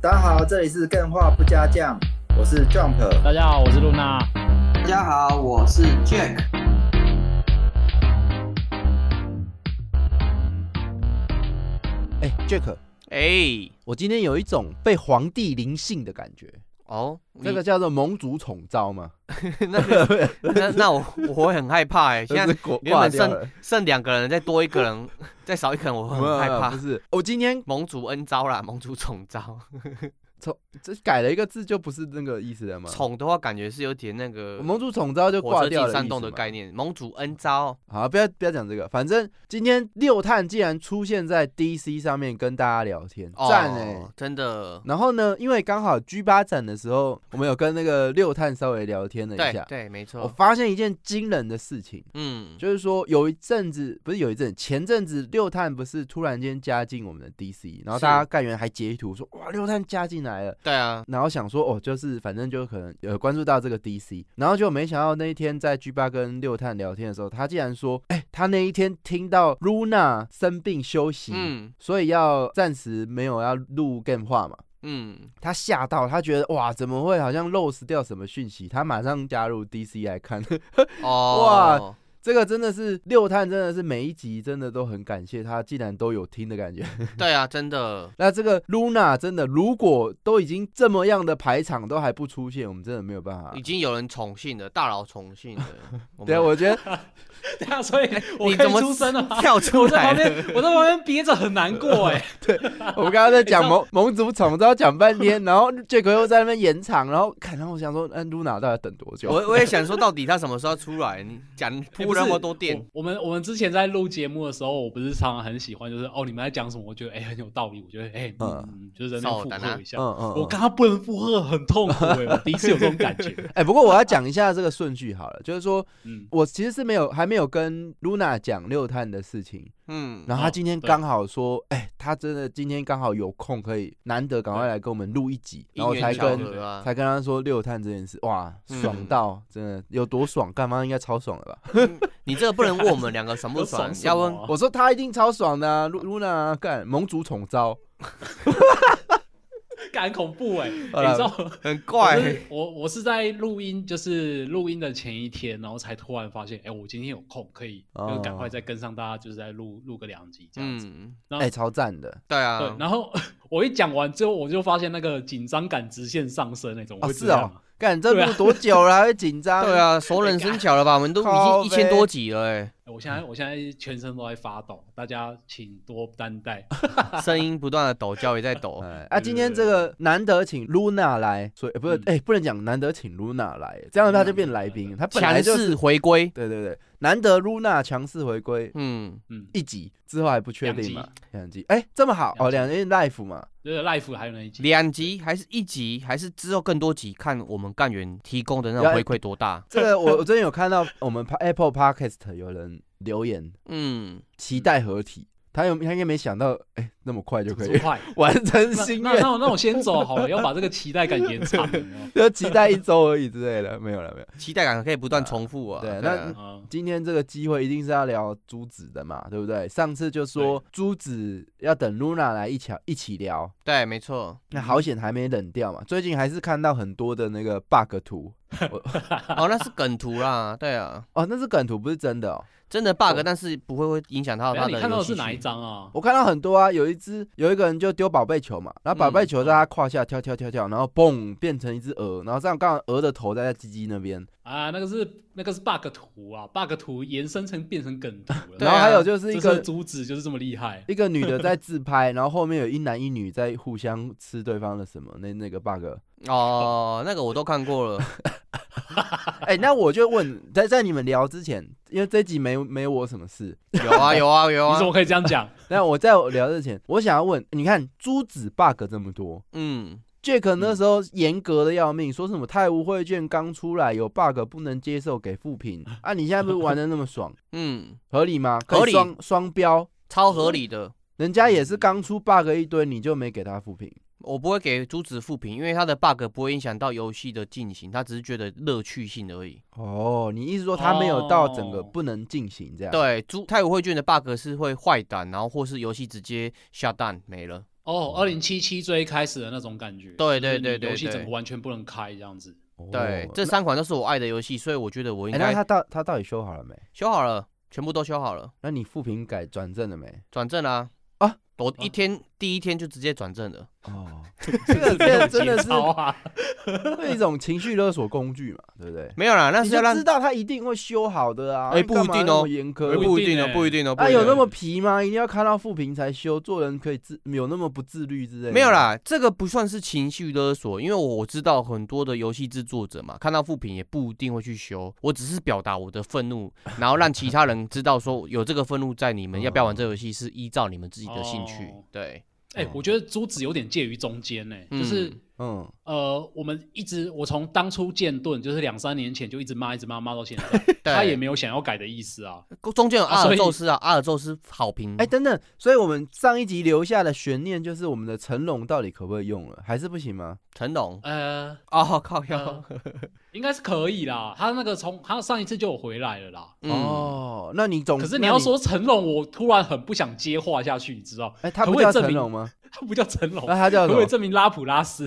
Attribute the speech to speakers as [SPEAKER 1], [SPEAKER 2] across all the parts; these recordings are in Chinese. [SPEAKER 1] 大家好，这里是更画不加酱，我是 Jump。
[SPEAKER 2] 大家好，我是露娜。
[SPEAKER 3] 大家好，我是 Jack。
[SPEAKER 4] 哎、j a c k
[SPEAKER 5] 哎、
[SPEAKER 4] 我今天有一种被皇帝临幸的感觉，
[SPEAKER 5] 哦，
[SPEAKER 4] 这个叫做盟主宠召嘛，
[SPEAKER 5] 你那个那那我我会很害怕哎、
[SPEAKER 4] 就
[SPEAKER 5] 现在
[SPEAKER 4] 是挂
[SPEAKER 5] 原
[SPEAKER 4] 挂
[SPEAKER 5] 本
[SPEAKER 4] 掉
[SPEAKER 5] 剩
[SPEAKER 4] 了。
[SPEAKER 5] 剩两个人，再多一个人， 再少一个人，我会
[SPEAKER 4] 没有
[SPEAKER 5] 很害
[SPEAKER 4] 没有
[SPEAKER 5] 怕
[SPEAKER 4] 不。是，我今天
[SPEAKER 5] 盟主恩招啦，盟主宠招，
[SPEAKER 4] 这改了一个字，就不是那个意思了嘛。
[SPEAKER 5] 宠的话感觉是有点那个
[SPEAKER 4] 盟主宠召就
[SPEAKER 5] 火
[SPEAKER 4] 挂
[SPEAKER 5] 车
[SPEAKER 4] 掉
[SPEAKER 5] 进
[SPEAKER 4] 了
[SPEAKER 5] 山
[SPEAKER 4] 意
[SPEAKER 5] 洞
[SPEAKER 4] 思
[SPEAKER 5] 的
[SPEAKER 4] 嘛
[SPEAKER 5] 概念。盟主恩招，
[SPEAKER 4] 好，不要不要讲这个，反正今天六探竟然出现在 DC 上面跟大家聊天，
[SPEAKER 5] 哦
[SPEAKER 4] 赞哎、欸！
[SPEAKER 5] 真的，
[SPEAKER 4] 然后呢，因为刚好 G 八展的时候，我们有跟那个六探稍微聊天了一
[SPEAKER 5] 对
[SPEAKER 4] 下，
[SPEAKER 5] 对，没
[SPEAKER 4] 我
[SPEAKER 5] 错，
[SPEAKER 4] 发现一件惊人的事情，
[SPEAKER 5] 嗯，
[SPEAKER 4] 就是说有一阵子不是有一阵，前阵子六探不是突然间加进我们的 DC，然后
[SPEAKER 5] 是
[SPEAKER 4] 大家干员还截图说哇六探加进来了。
[SPEAKER 5] 对啊，
[SPEAKER 4] 然后想说哦，就是反正就可能有关注到这个 DC，然后就没想到那一天在 G 八跟六探聊天的时候，他竟然说，哎、他那一天听到 Luna 生病休息，
[SPEAKER 5] 嗯
[SPEAKER 4] 所以要暂时没有要录 game 话嘛。
[SPEAKER 5] 嗯，
[SPEAKER 4] 他吓到，他觉得哇，怎么会好像 lose 掉什么讯息？他马上加入 DC 来看，
[SPEAKER 5] 哦，
[SPEAKER 4] 这个真的是六探，真的是每一集真的都很感谢他，竟然都有听的感觉。
[SPEAKER 5] 对啊，真的，
[SPEAKER 4] 那这个 Luna 真的，如果都已经这么样的排场都还不出现，我们真的没有办法
[SPEAKER 5] 已。经有人宠幸了，大佬宠幸 了。
[SPEAKER 4] 啊对啊，
[SPEAKER 5] 们
[SPEAKER 4] 我觉得
[SPEAKER 2] 对啊，所以我
[SPEAKER 5] 你
[SPEAKER 2] 可以
[SPEAKER 5] 怎么
[SPEAKER 2] 出声了吗？
[SPEAKER 5] 跳出
[SPEAKER 2] 我在
[SPEAKER 5] 来
[SPEAKER 2] 旁
[SPEAKER 5] 了
[SPEAKER 2] 边， 我在旁边憋着很难过哎。
[SPEAKER 4] 我们刚刚在 讲盟盟主宠招讲半天，然后杰克又在那边延长，然后看，然后我想说，嗯，Luna 到底要等多久？
[SPEAKER 5] 我我也想说，到底他什么时候出来？你讲铺那么多
[SPEAKER 2] 点。
[SPEAKER 5] 店，
[SPEAKER 2] 我我们我们之前在录节目的时候，我不是常常很喜欢，就是哦，你们在讲什么，我觉得哎、很有道理，我觉得哎、嗯
[SPEAKER 4] 嗯
[SPEAKER 2] 嗯，就是在那边
[SPEAKER 5] 稍
[SPEAKER 2] 附
[SPEAKER 5] 等啊
[SPEAKER 2] 和一下。
[SPEAKER 4] 嗯嗯，
[SPEAKER 2] 我
[SPEAKER 4] 嗯
[SPEAKER 2] 刚刚不能附和，很痛苦哎、 我第一次有这种感觉。
[SPEAKER 4] 哎、不过我要讲一下这个顺序好了，就是说
[SPEAKER 2] 嗯，
[SPEAKER 4] 我其实是没有还没有跟 Luna 讲六探的事情，
[SPEAKER 5] 嗯，
[SPEAKER 4] 然后他
[SPEAKER 2] 哦
[SPEAKER 4] 今天
[SPEAKER 2] 对
[SPEAKER 4] 刚好说，哎、他真的今天刚好有空，可以难得赶快来跟我们录一集，然后我
[SPEAKER 5] 因
[SPEAKER 4] 才
[SPEAKER 5] 缘巧
[SPEAKER 4] 跟
[SPEAKER 5] 合啊，
[SPEAKER 4] 才跟他说六探这件事，哇，
[SPEAKER 5] 嗯
[SPEAKER 4] 爽到、真的有多爽，干妈应该超爽了吧？
[SPEAKER 5] 你这个不能问我们两个爽不爽， 要问
[SPEAKER 2] 我
[SPEAKER 4] 我说他一定超爽的、啊，露露娜干盟主宠招，
[SPEAKER 2] 感恐怖哎、
[SPEAKER 4] 好
[SPEAKER 2] 你
[SPEAKER 4] 啦
[SPEAKER 2] 知道吗
[SPEAKER 5] 很
[SPEAKER 2] 我
[SPEAKER 5] 怪
[SPEAKER 2] 是我我是在录音，就是录音的前一天，然后才突然发现，哎、我今天有空，可以
[SPEAKER 4] 哦
[SPEAKER 2] 就赶快再跟上大家，就是在录录个两集这样子。
[SPEAKER 5] 嗯，
[SPEAKER 4] 哎、超赞的，
[SPEAKER 5] 对啊
[SPEAKER 2] 对，，然后 我一讲完之后，我就发现那个紧张感直线上升那种。
[SPEAKER 4] 哦
[SPEAKER 2] 会
[SPEAKER 4] 是
[SPEAKER 2] 这样
[SPEAKER 4] 哦
[SPEAKER 2] 吗，
[SPEAKER 4] 干这
[SPEAKER 2] 对啊
[SPEAKER 4] 录多久了，还会紧张？
[SPEAKER 5] 对，啊，熟能生巧了吧？我们都
[SPEAKER 4] 靠
[SPEAKER 5] 已经一千
[SPEAKER 4] 呗
[SPEAKER 5] 多集了，哎，
[SPEAKER 2] 哎我现在我现在全身都在发抖，大家请多担待。
[SPEAKER 5] 声音不断的抖，脚也在抖，
[SPEAKER 4] 哎，啊，
[SPEAKER 2] 对对
[SPEAKER 4] 今天
[SPEAKER 2] 对
[SPEAKER 4] 这个难得请 Luna 来，所以、呃不是，
[SPEAKER 2] 嗯
[SPEAKER 4] 哎、不能讲难得请 Luna 来，这样他就变来宾，他本来
[SPEAKER 5] 强
[SPEAKER 4] 就是
[SPEAKER 5] 势回归，
[SPEAKER 4] 对对对，难得 Luna 强势回归
[SPEAKER 5] 嗯，
[SPEAKER 2] 嗯，
[SPEAKER 4] 一集之后还不确
[SPEAKER 2] 两
[SPEAKER 4] 定
[SPEAKER 2] 集
[SPEAKER 4] 嘛？两集，哎、这么好哦，
[SPEAKER 2] 两
[SPEAKER 4] 两集 life 嘛，
[SPEAKER 2] 就是 life 还有那一集，
[SPEAKER 5] 两集还是一集，还是之后更多集，看我们干员提供的那
[SPEAKER 4] 要
[SPEAKER 5] 种回馈多大，
[SPEAKER 4] 这个我我最近有看到我们 Apple Podcast 有人留言
[SPEAKER 5] 嗯，
[SPEAKER 4] 期待合体，他有他应该没想到，哎、那么快就可
[SPEAKER 2] 这
[SPEAKER 4] 以
[SPEAKER 2] 么快。
[SPEAKER 4] 完 成
[SPEAKER 2] 那
[SPEAKER 4] 心
[SPEAKER 2] 那那
[SPEAKER 4] 愿，
[SPEAKER 2] 我那我先走好了，要把这个期待感延长。有没有
[SPEAKER 4] 就期待一周而已之类的，没有了没有。
[SPEAKER 5] 期待感可以不断重复啊，
[SPEAKER 4] 对
[SPEAKER 5] 对
[SPEAKER 4] 那
[SPEAKER 5] 啊，
[SPEAKER 2] 嗯，
[SPEAKER 4] 今天这个机会一定是要聊朱子的嘛，对不对？上次就说朱子要等 Luna 来一起一起聊，
[SPEAKER 5] 对，没错，
[SPEAKER 2] 嗯
[SPEAKER 4] 那好险还没冷掉嘛。最近还是看到很多的那个 bug 图，
[SPEAKER 5] 哦，那是梗图啦，对啊，
[SPEAKER 4] 哦，那是梗图，不是真的哦。
[SPEAKER 5] 真的 bug，但是不会会影响到
[SPEAKER 2] 等一
[SPEAKER 5] 他
[SPEAKER 2] 下
[SPEAKER 5] 的
[SPEAKER 2] 哎你
[SPEAKER 5] 游戏性。
[SPEAKER 2] 看到的是哪一张啊？
[SPEAKER 4] 我看到很多啊，有一只有一个人就丢宝贝球嘛，然后宝贝球在他胯下跳跳跳跳，然后嘣变成一只鹅，然后这样刚好鹅的头在他鸡鸡那边，
[SPEAKER 2] 啊，那个是那个是 bug 图啊，bug 图延伸成变成梗图了。
[SPEAKER 5] 对啊
[SPEAKER 4] 然后还有就是一
[SPEAKER 2] 这是
[SPEAKER 4] 个。
[SPEAKER 2] 主旨就是这么厉害。
[SPEAKER 4] 一个女的在自拍， 然后后面有一男一女在互相吃对方的什么，那那个 bug，
[SPEAKER 5] 哦，那个我都看过了。
[SPEAKER 4] 哎、那我就问，在在你们聊之前，因为这集没没我什么事，
[SPEAKER 5] 有啊有啊 有
[SPEAKER 2] 你
[SPEAKER 5] 啊
[SPEAKER 2] 怎，么可以这样讲？
[SPEAKER 4] 那我在我聊之前，我想要问，你看朱子 bug 这么多
[SPEAKER 5] 嗯，
[SPEAKER 4] ，Jack 那时候严格的要命，说什么太无会卷刚出来有 bug 不能接受给 复评，啊，你现在不是玩的那么爽，
[SPEAKER 5] 嗯，
[SPEAKER 4] 合理吗？可以
[SPEAKER 5] 合理嗯
[SPEAKER 4] 双双标，
[SPEAKER 5] 超合理的。
[SPEAKER 4] 人家也是刚出 bug 一堆，你就没给他复评，
[SPEAKER 5] 我不会给朱子复评，因为他的 bug 不会影响到游戏的进行，他只是觉得乐趣性而已。
[SPEAKER 4] 哦，你意思说他没有到整个
[SPEAKER 2] 哦
[SPEAKER 4] 不能进行这样？
[SPEAKER 5] 对，朱太武会卷的 bug 是会坏蛋，然后或是游戏直接下蛋没了。
[SPEAKER 2] 哦，二零七七最一开始的那种感觉，
[SPEAKER 5] 对
[SPEAKER 2] 就是
[SPEAKER 5] 对对
[SPEAKER 2] 你
[SPEAKER 5] 对
[SPEAKER 2] 游戏整
[SPEAKER 5] 对
[SPEAKER 2] 个完全不能开这样子。
[SPEAKER 5] 对
[SPEAKER 4] 哦，
[SPEAKER 5] 这三款都是我爱的游戏，所以我觉得我应
[SPEAKER 4] 哎，那
[SPEAKER 5] 该
[SPEAKER 4] 他到他到底修好了没？
[SPEAKER 5] 修好了，全部都修好了，
[SPEAKER 4] 那你副评改转正了没？
[SPEAKER 5] 转正啊
[SPEAKER 4] 啊！
[SPEAKER 5] 我一天第一天就直接转正了，
[SPEAKER 4] 哦，这个这个真的是
[SPEAKER 2] 节操啊！
[SPEAKER 4] 会一种情绪勒索工具嘛，对 不对？
[SPEAKER 5] 没有啦，那
[SPEAKER 4] 你
[SPEAKER 5] 是
[SPEAKER 4] 就
[SPEAKER 5] 要让
[SPEAKER 4] 知道他一定会修好的啊。
[SPEAKER 5] 哎不
[SPEAKER 4] 干
[SPEAKER 5] 一
[SPEAKER 4] 嘛
[SPEAKER 5] 定
[SPEAKER 4] 那
[SPEAKER 5] 哦
[SPEAKER 4] 么严
[SPEAKER 2] 不一
[SPEAKER 4] 苛。
[SPEAKER 5] 不一定
[SPEAKER 2] 欸
[SPEAKER 5] 哦，不一定哦，不
[SPEAKER 4] 啊，
[SPEAKER 5] 一定
[SPEAKER 4] 有
[SPEAKER 5] 哦
[SPEAKER 4] 那么皮吗？一定要看到负评才修，做人可以自有那么不自律之类的？
[SPEAKER 5] 没有，啦，这个不算是情绪勒索，因为我知道很多的游戏制作者嘛，看到负评也不一定会去修，我只是表达我的愤 怒，然后让其他人知道说有这个愤怒在，你们要不要玩这游戏是依照你们自己的兴趣
[SPEAKER 2] 嗯哦。
[SPEAKER 5] 对，
[SPEAKER 2] 哎、我觉得朱子有点介于中间呢、就是
[SPEAKER 5] 嗯
[SPEAKER 4] 嗯，
[SPEAKER 2] 呃，我们一直我从当初剑盾就是两三年前就一直骂，一直骂骂到现 在，他也没有想要改的意思啊。
[SPEAKER 5] 中间有阿
[SPEAKER 2] 所
[SPEAKER 5] 尔
[SPEAKER 2] 以
[SPEAKER 5] 宙斯啊，阿尔宙斯好评。
[SPEAKER 4] 哎，等等，所以我们上一集留下的悬念就是我们的成龙到底可不可以用了，还是不行吗？
[SPEAKER 5] 成龙
[SPEAKER 2] 呃，
[SPEAKER 5] 哦，靠
[SPEAKER 2] 呃！应该是可以啦。他那个从他上一次就有回来了啦。
[SPEAKER 5] 哦，
[SPEAKER 4] 哦，那你总
[SPEAKER 2] 可是
[SPEAKER 4] 那
[SPEAKER 2] 你要说成龙，我突然很不想接话下去，你知道？
[SPEAKER 4] 哎，他
[SPEAKER 2] 可
[SPEAKER 4] 不
[SPEAKER 2] 不可以
[SPEAKER 4] 叫
[SPEAKER 2] 证
[SPEAKER 4] 成
[SPEAKER 2] 明
[SPEAKER 4] 龙吗？
[SPEAKER 2] 他不叫成龙，
[SPEAKER 4] 那他哎叫
[SPEAKER 2] 可
[SPEAKER 4] 什
[SPEAKER 2] 不可以
[SPEAKER 4] 么？
[SPEAKER 2] 证明拉普拉斯？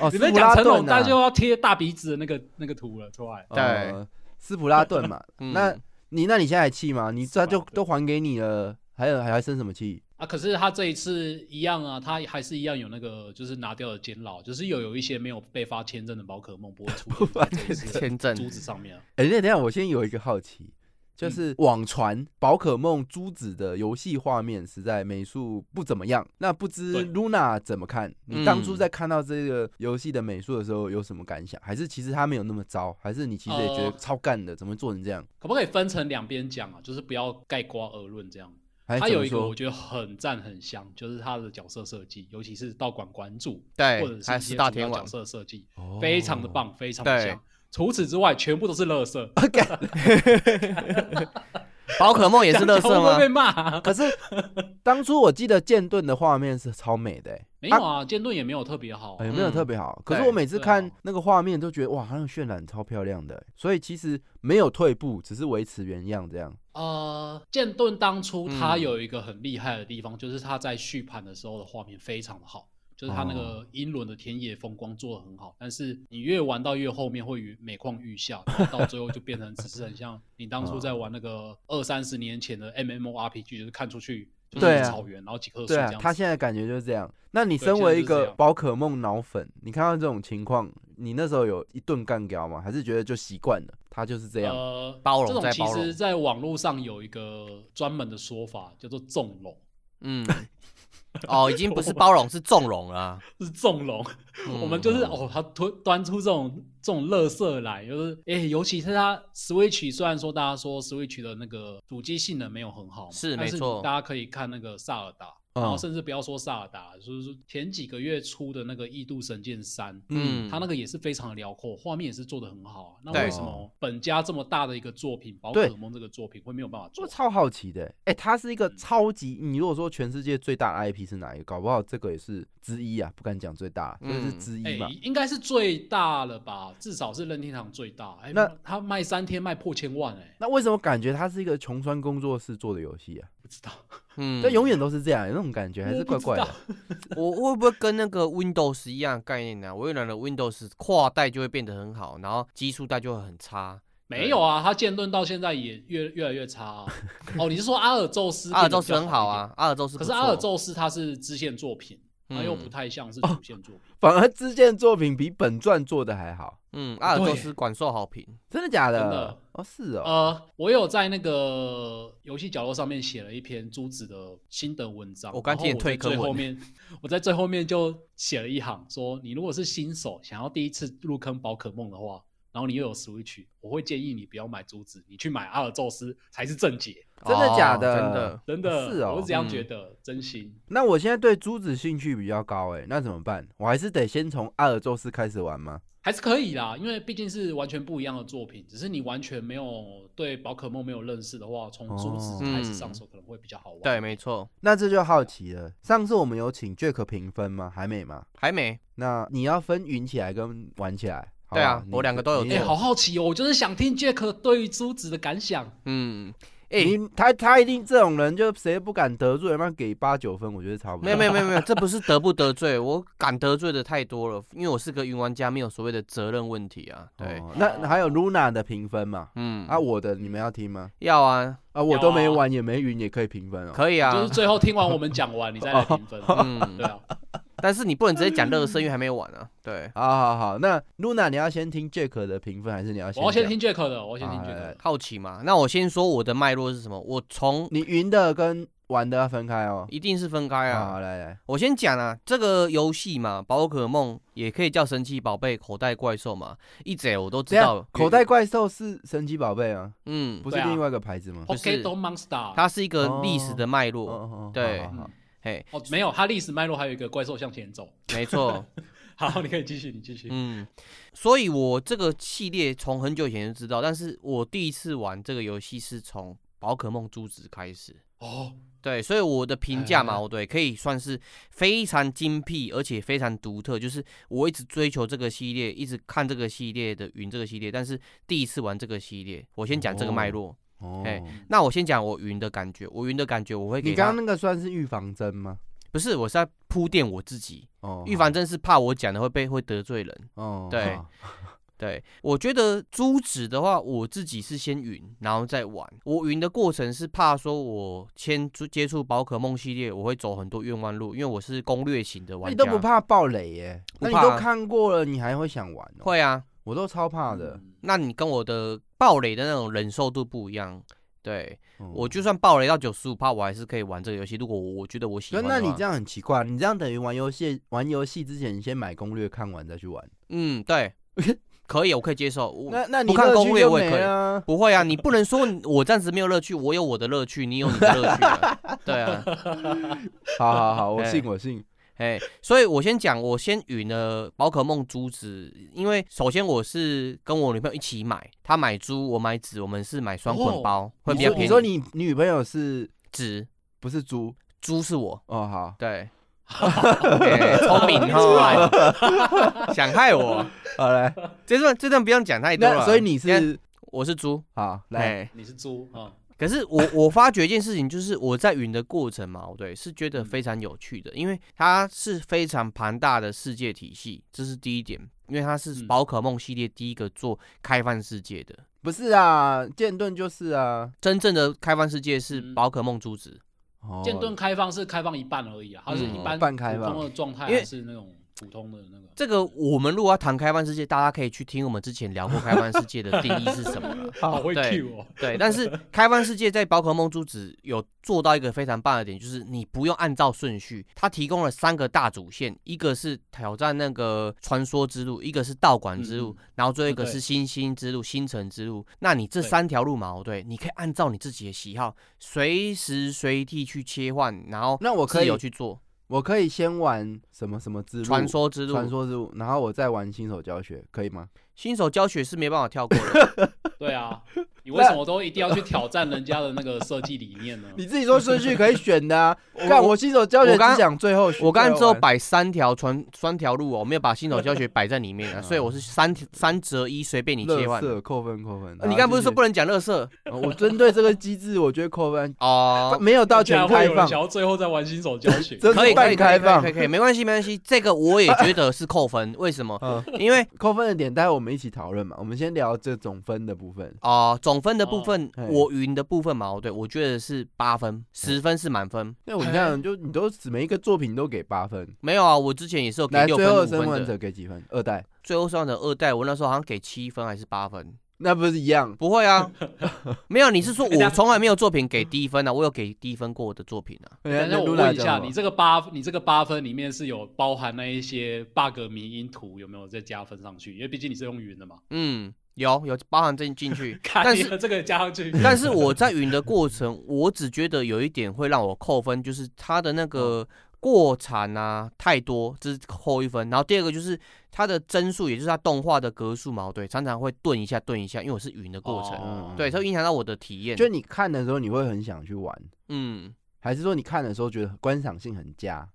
[SPEAKER 4] 哦，
[SPEAKER 2] 你
[SPEAKER 4] 斯
[SPEAKER 2] 在
[SPEAKER 4] 普
[SPEAKER 2] 讲
[SPEAKER 4] 拉
[SPEAKER 2] 成龙，
[SPEAKER 4] 顿
[SPEAKER 2] 大
[SPEAKER 4] 啊
[SPEAKER 2] 家就要贴大鼻子的那个那个图了出来。
[SPEAKER 5] 对
[SPEAKER 4] 呃斯普拉顿 嘛。
[SPEAKER 5] 嗯
[SPEAKER 4] 那你那你现在还气吗？你
[SPEAKER 2] 斯普
[SPEAKER 4] 这
[SPEAKER 2] 拉
[SPEAKER 4] 就
[SPEAKER 2] 顿
[SPEAKER 4] 都还给你了，还有还还生什么气？
[SPEAKER 2] 啊，可是他这一次一样啊，他还是一样有那个，就是拿掉了监牢，就是有有一些没有被发签证的宝可梦不会 出
[SPEAKER 5] 签证
[SPEAKER 2] 珠子上面啊。
[SPEAKER 4] 哎、那等一下我先有一个好奇，
[SPEAKER 2] 嗯
[SPEAKER 4] 就是网传宝可梦珠子的游戏画面实在美术不怎么样，那不知
[SPEAKER 2] 对
[SPEAKER 4] Luna 怎么看？你
[SPEAKER 5] 嗯
[SPEAKER 4] 当初在看到这个游戏的美术的时候有什么感想？还是其实它没有那么糟？还是你其实也觉得
[SPEAKER 2] 呃
[SPEAKER 4] 超干的，怎么会做成这样？
[SPEAKER 2] 可不可以分成两边讲啊？就是不要盖瓜而论这样。
[SPEAKER 4] 还
[SPEAKER 5] 哎
[SPEAKER 4] 是
[SPEAKER 2] 他
[SPEAKER 4] 怎
[SPEAKER 2] 有
[SPEAKER 4] 么
[SPEAKER 2] 一个
[SPEAKER 4] 说
[SPEAKER 2] 我觉得很赞很香，就是他的角色设计，尤其是道馆馆主或
[SPEAKER 5] 对
[SPEAKER 2] 者，是一
[SPEAKER 5] 哎还
[SPEAKER 2] 些
[SPEAKER 5] 有四
[SPEAKER 2] 主
[SPEAKER 5] 大
[SPEAKER 2] 要
[SPEAKER 5] 天王
[SPEAKER 2] 角，色设计，非常的。棒，非常的
[SPEAKER 5] 对哦
[SPEAKER 2] 香。除此之外，全部都是垃圾。
[SPEAKER 5] 宝可梦也是 乐
[SPEAKER 2] 这样
[SPEAKER 5] 色
[SPEAKER 2] 讲会不会被
[SPEAKER 5] 吗？
[SPEAKER 2] 骂啊？
[SPEAKER 4] 可是当初我记得剑盾的画面是超美的、欸，
[SPEAKER 2] 没有啊，剑盾也没有特别好啊
[SPEAKER 4] 哎、。没有
[SPEAKER 5] 嗯
[SPEAKER 4] 特别好。可是
[SPEAKER 5] 对
[SPEAKER 4] 我每次
[SPEAKER 2] 对
[SPEAKER 4] 看
[SPEAKER 2] 啊
[SPEAKER 4] 那个画面都觉得哇，它那个渲染超漂亮的、欸所以其实没有退步，只是维持原样这样。
[SPEAKER 2] 呃，剑盾当初它
[SPEAKER 5] 嗯
[SPEAKER 2] 有一个很厉害的地方，就是它在续盘的时候的画面非常的好，就是它那
[SPEAKER 4] 哦
[SPEAKER 2] 个英伦的田野风光做的很好。但是你越玩到越后面会越每况愈下，然后到最后就变成只是很像你当初在玩那个二三十年前的 MMORPG，就是看出去就是
[SPEAKER 4] 对
[SPEAKER 2] 一
[SPEAKER 4] 啊
[SPEAKER 2] 个草原，然后几棵树
[SPEAKER 4] 对
[SPEAKER 2] 这
[SPEAKER 4] 啊
[SPEAKER 2] 样，
[SPEAKER 4] 他
[SPEAKER 2] 子。
[SPEAKER 4] 现在感觉就是这样。那你
[SPEAKER 2] 对
[SPEAKER 4] 身
[SPEAKER 2] 现在
[SPEAKER 4] 为
[SPEAKER 2] 就
[SPEAKER 4] 一
[SPEAKER 2] 是这
[SPEAKER 4] 个
[SPEAKER 2] 样
[SPEAKER 4] 宝可梦脑粉，你看到这种情况，你那时候有一顿干掉吗？还是觉得就习惯了，他就是这样？
[SPEAKER 2] 呃，
[SPEAKER 5] 包容
[SPEAKER 2] 这种
[SPEAKER 5] 再
[SPEAKER 2] 其
[SPEAKER 5] 包容
[SPEAKER 2] 实在网络上有一个专门的说法，叫做纵容，
[SPEAKER 5] 嗯，哦，已经不是包容，是纵容了啊。
[SPEAKER 2] 是纵容。
[SPEAKER 5] 嗯
[SPEAKER 2] 我们就是哦，他端端出这种这种乐色来，就是诶、尤其是它 Switch，虽然说大家说 Switch 的那个主机性能没有很好嘛，
[SPEAKER 5] 是
[SPEAKER 2] 但
[SPEAKER 5] 没错
[SPEAKER 2] 大家可以看那个萨尔达，
[SPEAKER 4] 嗯
[SPEAKER 2] 然后甚至不要说萨尔达，就是说前几个月出的那个《异度神剑三》，
[SPEAKER 5] 嗯，
[SPEAKER 2] 它那个也是非常的辽阔，画面也是做的很好、啊。那
[SPEAKER 5] 对哦
[SPEAKER 2] 为什么本家这么大的一个作品《宝
[SPEAKER 4] 对
[SPEAKER 2] 可梦》这个作品会没有办法做
[SPEAKER 4] 我？超好奇的、欸，哎、它是一个超级，你如果说全世界最大的 IP 是哪一个，搞不好这个也是之一啊，不敢讲最大，这是
[SPEAKER 5] 嗯
[SPEAKER 4] 之
[SPEAKER 2] 哎、
[SPEAKER 4] 一嘛。
[SPEAKER 2] 应该是最大了吧，至少是任天堂最大。哎、
[SPEAKER 4] 那
[SPEAKER 2] 它卖三天卖破千万、哎，
[SPEAKER 4] 那为什么感觉它是一个穷酸工作室做的游戏啊？
[SPEAKER 2] 不知道，
[SPEAKER 5] 嗯
[SPEAKER 4] 就永远都是这样、那种感觉还是
[SPEAKER 2] 我
[SPEAKER 4] 怪
[SPEAKER 2] 不知
[SPEAKER 4] 怪的
[SPEAKER 2] 道。
[SPEAKER 5] 我会不会跟那个 Windows 一样的概念呢、微软的 Windows 跨代就会变得很好，然后基数代就会很差。
[SPEAKER 2] 没有啊，他剑盾到现在也越越来越差、啊。哦，你是说阿尔宙斯？
[SPEAKER 5] 阿尔宙斯很好。啊，阿尔宙
[SPEAKER 2] 可
[SPEAKER 5] 斯不
[SPEAKER 2] 是
[SPEAKER 5] 错
[SPEAKER 2] 阿尔宙斯它是支线作品，它又
[SPEAKER 5] 嗯
[SPEAKER 2] 不太像是主线作品。
[SPEAKER 4] 反而支线作品比本传做的还好，
[SPEAKER 5] 嗯，阿尔宙
[SPEAKER 2] 对
[SPEAKER 5] 斯广受好评。
[SPEAKER 4] 真的假的？
[SPEAKER 2] 真的
[SPEAKER 4] 哦，是哦。
[SPEAKER 2] 呃，我有在那个游戏角落上面写了一篇朱子的心得文章。
[SPEAKER 5] 我刚
[SPEAKER 2] 然后
[SPEAKER 5] 听你
[SPEAKER 2] 在
[SPEAKER 5] 退坑
[SPEAKER 2] 最
[SPEAKER 5] 文
[SPEAKER 2] 后面， 我在最后面就写了一行说，你如果是新手，想要第一次入坑宝可梦的话，然后你又有 Switch，我会建议你不要买朱子，你去买阿尔宙斯才是正解。
[SPEAKER 4] 真的假的
[SPEAKER 5] 哦真的。
[SPEAKER 2] 真的，
[SPEAKER 4] 是哦
[SPEAKER 2] 我是这样
[SPEAKER 5] 嗯
[SPEAKER 2] 觉得，真心。
[SPEAKER 4] 那我现在对珠子兴趣比较高哎，那怎么办？我还是得先从阿尔宙斯开始玩吗？
[SPEAKER 2] 还是可以啦，因为毕竟是完全不一样的作品，只是你完全没有对宝可梦没有认识的话，从珠子开始上手可能会比较好玩。
[SPEAKER 5] 嗯对，没错，
[SPEAKER 4] 那这就好奇了。上次我们有请 Jack 评分吗？还没吗？
[SPEAKER 5] 还没。
[SPEAKER 4] 那你要分云起来跟玩起来。好不好
[SPEAKER 5] 对啊
[SPEAKER 4] 你
[SPEAKER 5] 我两个都有
[SPEAKER 4] 你
[SPEAKER 2] 哎、
[SPEAKER 5] 做
[SPEAKER 2] 好好奇哦，我就是想听 Jack 对于珠子的感想。
[SPEAKER 5] 嗯，哎
[SPEAKER 4] 你他他一定这种人，就谁也不敢得罪，他妈给八九分，我觉得差不多。哦
[SPEAKER 5] 没有没有没有没有，这不是得不得罪，我敢得罪的太多了，因为我是个云玩家，没有所谓的责任问题啊。对，
[SPEAKER 4] 哦那还有 Luna 的评分嘛？
[SPEAKER 5] 嗯，
[SPEAKER 4] 啊，我的你们要听吗？
[SPEAKER 5] 要啊，
[SPEAKER 4] 啊，我都
[SPEAKER 2] 要
[SPEAKER 4] 没
[SPEAKER 2] 啊
[SPEAKER 4] 玩也没云也可以评分哦。
[SPEAKER 5] 可以啊，
[SPEAKER 2] 就是最后听完我们讲完，你再来评分。对
[SPEAKER 5] 嗯，
[SPEAKER 2] 啊，
[SPEAKER 5] 但是你不能直接讲热身，因为还没有完啊。对，
[SPEAKER 4] 好好好，那 Luna 你要先听 Jack 的评分，还是你要先？
[SPEAKER 2] 我要先。听 Jack 的，我要先听
[SPEAKER 4] 啊
[SPEAKER 2] Jack 的。
[SPEAKER 5] 好奇嘛，那我先说我的脉络是什么，我从
[SPEAKER 4] 你云的跟玩的要分开哦。
[SPEAKER 5] 一定是分开啊。
[SPEAKER 4] 好，来来，
[SPEAKER 5] 我先讲啊，这个游戏嘛，宝可梦也可以叫神奇宝贝、口袋怪兽嘛，一直我都知
[SPEAKER 4] 等一下
[SPEAKER 5] 道。
[SPEAKER 4] 口袋，怪兽是神奇宝贝啊，
[SPEAKER 5] 嗯，
[SPEAKER 4] 不是
[SPEAKER 2] 对啊
[SPEAKER 4] 另外一个牌子吗？
[SPEAKER 5] 不是
[SPEAKER 2] Pocket Monster，
[SPEAKER 5] 它是一个历史的脉络。
[SPEAKER 4] 哦
[SPEAKER 5] 对
[SPEAKER 4] 好好好
[SPEAKER 2] 嗯
[SPEAKER 5] 嘿，
[SPEAKER 2] 哦没有，它历史脉络还有一个怪兽向前走。
[SPEAKER 5] 没 错，
[SPEAKER 2] 好，你可以继续，你继续。
[SPEAKER 5] 嗯，所以我这个系列从很久以前就知道，但是我第一次玩这个游戏是从宝可梦珠子开始。
[SPEAKER 2] 哦，
[SPEAKER 5] 对，所以我的评价
[SPEAKER 4] 哎
[SPEAKER 5] 嘛，
[SPEAKER 2] 嗯
[SPEAKER 5] 哦我对可以算是非常精辟，而且非常独特。就是我一直追求这个系列，一直看这个系列的云这个系列，但是第一次玩这个系列，我先讲这个脉络。
[SPEAKER 4] 哦
[SPEAKER 5] 嘿那我先讲我云的感觉，我云的感觉我会给
[SPEAKER 4] 你
[SPEAKER 5] 它
[SPEAKER 4] 刚刚那个算是预防针吗？
[SPEAKER 5] 不是，我是在铺垫我自己。
[SPEAKER 4] 哦，
[SPEAKER 5] 预防针是怕我讲的会被会得罪人。
[SPEAKER 4] 好。哦，
[SPEAKER 5] 对
[SPEAKER 4] 好
[SPEAKER 5] 对，我觉得珠子的话，我自己是先云，然后再玩。我云的过程是怕说，我先接接触宝可梦系列，我会走很多冤枉路，因为我是攻略型的
[SPEAKER 4] 那
[SPEAKER 5] 玩
[SPEAKER 4] 你
[SPEAKER 5] 家。
[SPEAKER 4] 都不？怕暴雷耶？
[SPEAKER 5] 不
[SPEAKER 4] 那你
[SPEAKER 5] 怕
[SPEAKER 4] 都
[SPEAKER 5] 啊
[SPEAKER 4] 看过了，你还会想玩？，哦
[SPEAKER 5] 会啊，
[SPEAKER 4] 我都超怕的。
[SPEAKER 2] 嗯
[SPEAKER 5] 那你跟我的暴雷的那种忍受度不一样。对、
[SPEAKER 4] 嗯
[SPEAKER 5] 我就算暴雷到九十五趴，我还是可以玩这个游戏。如果我我觉得我喜
[SPEAKER 4] 可
[SPEAKER 5] 欢
[SPEAKER 4] 是
[SPEAKER 5] 的
[SPEAKER 4] 那你
[SPEAKER 5] 话
[SPEAKER 4] 这，样很奇怪，你这样等于玩游戏，玩游戏之前你先买攻略看完再去玩。
[SPEAKER 5] 嗯，对， 可以，我可以接受。我
[SPEAKER 4] 那那你
[SPEAKER 5] 不看
[SPEAKER 4] 乐趣
[SPEAKER 5] 攻略
[SPEAKER 4] 就
[SPEAKER 5] 我也
[SPEAKER 4] 没
[SPEAKER 5] 可以
[SPEAKER 4] 啊。
[SPEAKER 5] 不会啊，你不能说我暂时没有乐趣，我有我的乐趣，你有你的乐趣、啊。对啊，
[SPEAKER 4] 好好好，我
[SPEAKER 5] 哎
[SPEAKER 4] 信我信。
[SPEAKER 5] 哎，所以我先讲，我先与呢宝可梦珠子，因为首先我是跟我女朋友一起买，她买珠，我买子，我们是买双
[SPEAKER 2] 哦
[SPEAKER 5] 捆包，会比
[SPEAKER 4] 你
[SPEAKER 5] 较
[SPEAKER 4] 说
[SPEAKER 5] 便宜。
[SPEAKER 4] 你说你女朋友是
[SPEAKER 5] 子
[SPEAKER 4] 不是猪？
[SPEAKER 5] 珠是我，
[SPEAKER 4] 哦，好，
[SPEAKER 5] 对，哎聪明哈，
[SPEAKER 4] 啊
[SPEAKER 5] 想害我，
[SPEAKER 4] 好来，
[SPEAKER 5] 这段这段不用讲太多
[SPEAKER 4] 那
[SPEAKER 5] 了。
[SPEAKER 4] 所以你
[SPEAKER 5] 看
[SPEAKER 4] 是
[SPEAKER 5] 我是猪，
[SPEAKER 4] 好来，
[SPEAKER 5] 哎，
[SPEAKER 2] 你是猪啊？
[SPEAKER 5] 可是我我发觉一件事情，就是我在云的过程嘛，对，是觉得
[SPEAKER 2] 嗯
[SPEAKER 5] 非常有趣的，因为它是非常庞大的世界体系，这是第一点，因为它是
[SPEAKER 2] 嗯
[SPEAKER 5] 宝可梦系列第一个做开放世界的，
[SPEAKER 4] 不是啊，剑盾就是啊，
[SPEAKER 5] 真正的开放世界是
[SPEAKER 2] 嗯
[SPEAKER 5] 宝可梦珠子，
[SPEAKER 4] 哦
[SPEAKER 2] 剑盾开放是开放一半而已啊，它是一般
[SPEAKER 4] 嗯半开
[SPEAKER 2] 普
[SPEAKER 4] 放
[SPEAKER 2] 通的状态，
[SPEAKER 5] 因为
[SPEAKER 2] 还是那种普通的那个。
[SPEAKER 5] 这个我们如果要谈开放世界，大家可以去听我们之前聊过开放世界的定义是什么了。
[SPEAKER 2] 好会
[SPEAKER 5] 对
[SPEAKER 2] Q 哦，
[SPEAKER 5] 对，但是开放世界在宝可梦珠子有做到一个非常棒的点，就是你不用按照顺序，它提供了三个大主线，一个是挑战那个传说之路，一个是道馆之路，
[SPEAKER 2] 嗯
[SPEAKER 5] 然后最后一
[SPEAKER 2] 啊
[SPEAKER 5] 个
[SPEAKER 2] 对
[SPEAKER 5] 是星星之路、星辰之路。那你这
[SPEAKER 2] 对
[SPEAKER 5] 三条路嘛，哦对，你可以按照你自己的喜好，随时随地去切换，然后
[SPEAKER 4] 那我可
[SPEAKER 5] 自
[SPEAKER 4] 以
[SPEAKER 5] 由去做
[SPEAKER 4] 我可以先玩什么什么之路，
[SPEAKER 5] 传说之路。
[SPEAKER 4] 传说之路，然后我再玩新手教学，可以吗？
[SPEAKER 5] 新手教学是没办法跳过的，
[SPEAKER 2] 对啊，你为什么都一定要去挑战人家的那个设计理念呢？
[SPEAKER 4] 你自己说顺序可以选的啊，看我新手教学
[SPEAKER 5] 我刚
[SPEAKER 4] 只讲最后选，
[SPEAKER 5] 我刚刚只有
[SPEAKER 4] 最后玩
[SPEAKER 5] 摆三条传三条路哦，我没有把新手教学摆在里面啊，所以我是三三择一，随便你切
[SPEAKER 4] 乐
[SPEAKER 5] 换。
[SPEAKER 4] 色扣分扣分，
[SPEAKER 5] 啊你刚刚不是说不
[SPEAKER 4] 能？
[SPEAKER 5] 能讲乐色
[SPEAKER 4] 呃我针对这个机制，我觉得扣 分
[SPEAKER 5] 哦？
[SPEAKER 4] 没有到
[SPEAKER 2] 竟然
[SPEAKER 4] 全
[SPEAKER 2] 会
[SPEAKER 4] 开
[SPEAKER 2] 有人
[SPEAKER 4] 放，
[SPEAKER 2] 想要最后再玩新手教学，
[SPEAKER 4] 真
[SPEAKER 5] 可以
[SPEAKER 4] 的
[SPEAKER 5] 可以可以
[SPEAKER 4] 半开放
[SPEAKER 5] 可以可以可以，没关系没关系，这个我也觉得是扣 分，为什么？
[SPEAKER 4] 嗯，
[SPEAKER 5] 因为
[SPEAKER 4] 扣分的点，待会我们一起讨论嘛。我们先聊这总分的部分。
[SPEAKER 5] 哦、总分的部分
[SPEAKER 4] 哦，
[SPEAKER 5] 我云的部分嘛，哦对我觉得是八分，十分是满分。
[SPEAKER 4] 那我们这样就你都只每一个作品都给八分，
[SPEAKER 5] 没有啊，我之前也是有给
[SPEAKER 4] 来
[SPEAKER 5] 六
[SPEAKER 4] 最
[SPEAKER 5] 分
[SPEAKER 4] 后
[SPEAKER 5] 五
[SPEAKER 4] 生还
[SPEAKER 5] 分
[SPEAKER 4] 者
[SPEAKER 5] 的，
[SPEAKER 4] 给几分？二代
[SPEAKER 5] 最后生还者二代，我那时候好像给七分还是八 分。
[SPEAKER 4] 那不是一样？
[SPEAKER 5] 不会啊，没有，你是说
[SPEAKER 4] 哎
[SPEAKER 2] 等一
[SPEAKER 5] 我
[SPEAKER 2] 下
[SPEAKER 5] 从来没有作品给低分啊，我有给低分过我的作品啊。
[SPEAKER 2] 等一下，
[SPEAKER 4] 那
[SPEAKER 2] 我
[SPEAKER 4] Luna
[SPEAKER 2] 问一下，
[SPEAKER 4] 讲
[SPEAKER 2] 你
[SPEAKER 4] 什么
[SPEAKER 2] 这个八，你这个八分里面是有包含那一些 bug 迷因图有没有再加分上去？因为毕竟你是用云的嘛，，
[SPEAKER 5] 嗯，有有包含进进 去
[SPEAKER 2] 看
[SPEAKER 5] 但
[SPEAKER 2] 你
[SPEAKER 5] 是
[SPEAKER 2] 的这个加上去，
[SPEAKER 5] 但是我在云的过程，我只觉得有一点会让我扣分，就是它的那
[SPEAKER 4] 哦
[SPEAKER 5] 个过场啊太多，这是扣一分。然后第二个就是它的帧数，也就是它动画的格数嘛，对，常常会顿一下顿一下，因为我是云的过程，
[SPEAKER 2] 哦
[SPEAKER 5] 对，它会影响到我的体验。
[SPEAKER 4] 就你看的时候你会很想去玩，
[SPEAKER 5] 嗯，
[SPEAKER 4] 还是说你看的时候觉得观赏性很佳？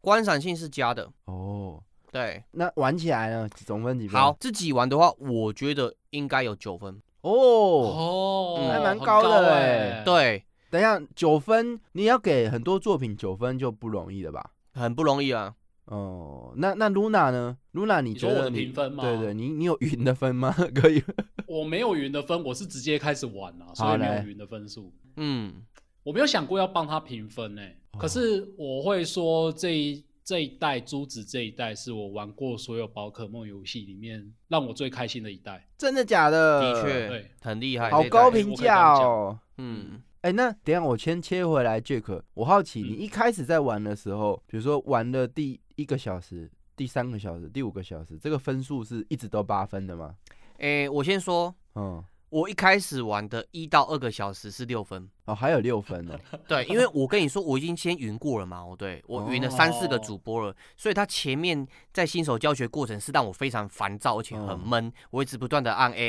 [SPEAKER 5] 观赏性是加的，
[SPEAKER 4] 哦，
[SPEAKER 5] 对。
[SPEAKER 4] 那玩起来呢？总分几分？
[SPEAKER 5] 好，，自己玩的话，我觉得应该有九分。
[SPEAKER 4] 哦。
[SPEAKER 2] 哦，
[SPEAKER 5] 嗯
[SPEAKER 4] 还蛮
[SPEAKER 2] 很
[SPEAKER 4] 高
[SPEAKER 2] 高
[SPEAKER 4] 的欸
[SPEAKER 2] 欸，
[SPEAKER 5] 对，
[SPEAKER 4] 等一下九分，你要给很多作品九分就不容易了吧？
[SPEAKER 5] 很不容易啊。
[SPEAKER 4] 哦，那那 Luna 呢？Luna 你
[SPEAKER 2] 你
[SPEAKER 4] 觉
[SPEAKER 2] 说我
[SPEAKER 4] 得
[SPEAKER 2] 的
[SPEAKER 4] 你
[SPEAKER 2] 评分吗？
[SPEAKER 4] 对对，你你有云的分吗？ 可以。
[SPEAKER 2] 我没有云的分，我是直接开始玩了，所
[SPEAKER 4] 好
[SPEAKER 2] 以没
[SPEAKER 4] 来
[SPEAKER 2] 有云的分数。
[SPEAKER 5] 嗯，
[SPEAKER 2] 我没有想过要帮他评分呢、
[SPEAKER 4] 哦
[SPEAKER 2] 可是我会说这一这一代珠子这一代是我玩过所有宝可梦游戏里面让我最开心的一代。
[SPEAKER 4] 真的假的？
[SPEAKER 5] 的确
[SPEAKER 2] 对
[SPEAKER 5] 很厉害，
[SPEAKER 4] 呃好
[SPEAKER 5] 这
[SPEAKER 4] 高
[SPEAKER 5] 代
[SPEAKER 4] 评价哦。
[SPEAKER 5] 嗯，
[SPEAKER 4] 哎、那等一下我先切回来，Jack，我好奇你
[SPEAKER 2] 嗯
[SPEAKER 4] 一开始在玩的时候，比如说玩的第一个小时、第三个小时、第五个小时，这个分数是一直都八分的吗？
[SPEAKER 5] 诶、我先说，
[SPEAKER 4] 嗯，
[SPEAKER 5] 我一开始玩的一到二个小时是六分，
[SPEAKER 4] 哦，还有六分呢。
[SPEAKER 5] 对，因为我跟你说我已经先云过了嘛，我对我云了三四个
[SPEAKER 2] 哦
[SPEAKER 5] 主播了，所以他前面在新手教学过程是让我非常烦躁，而且很
[SPEAKER 4] 嗯
[SPEAKER 5] 闷，我一直不断的按 A A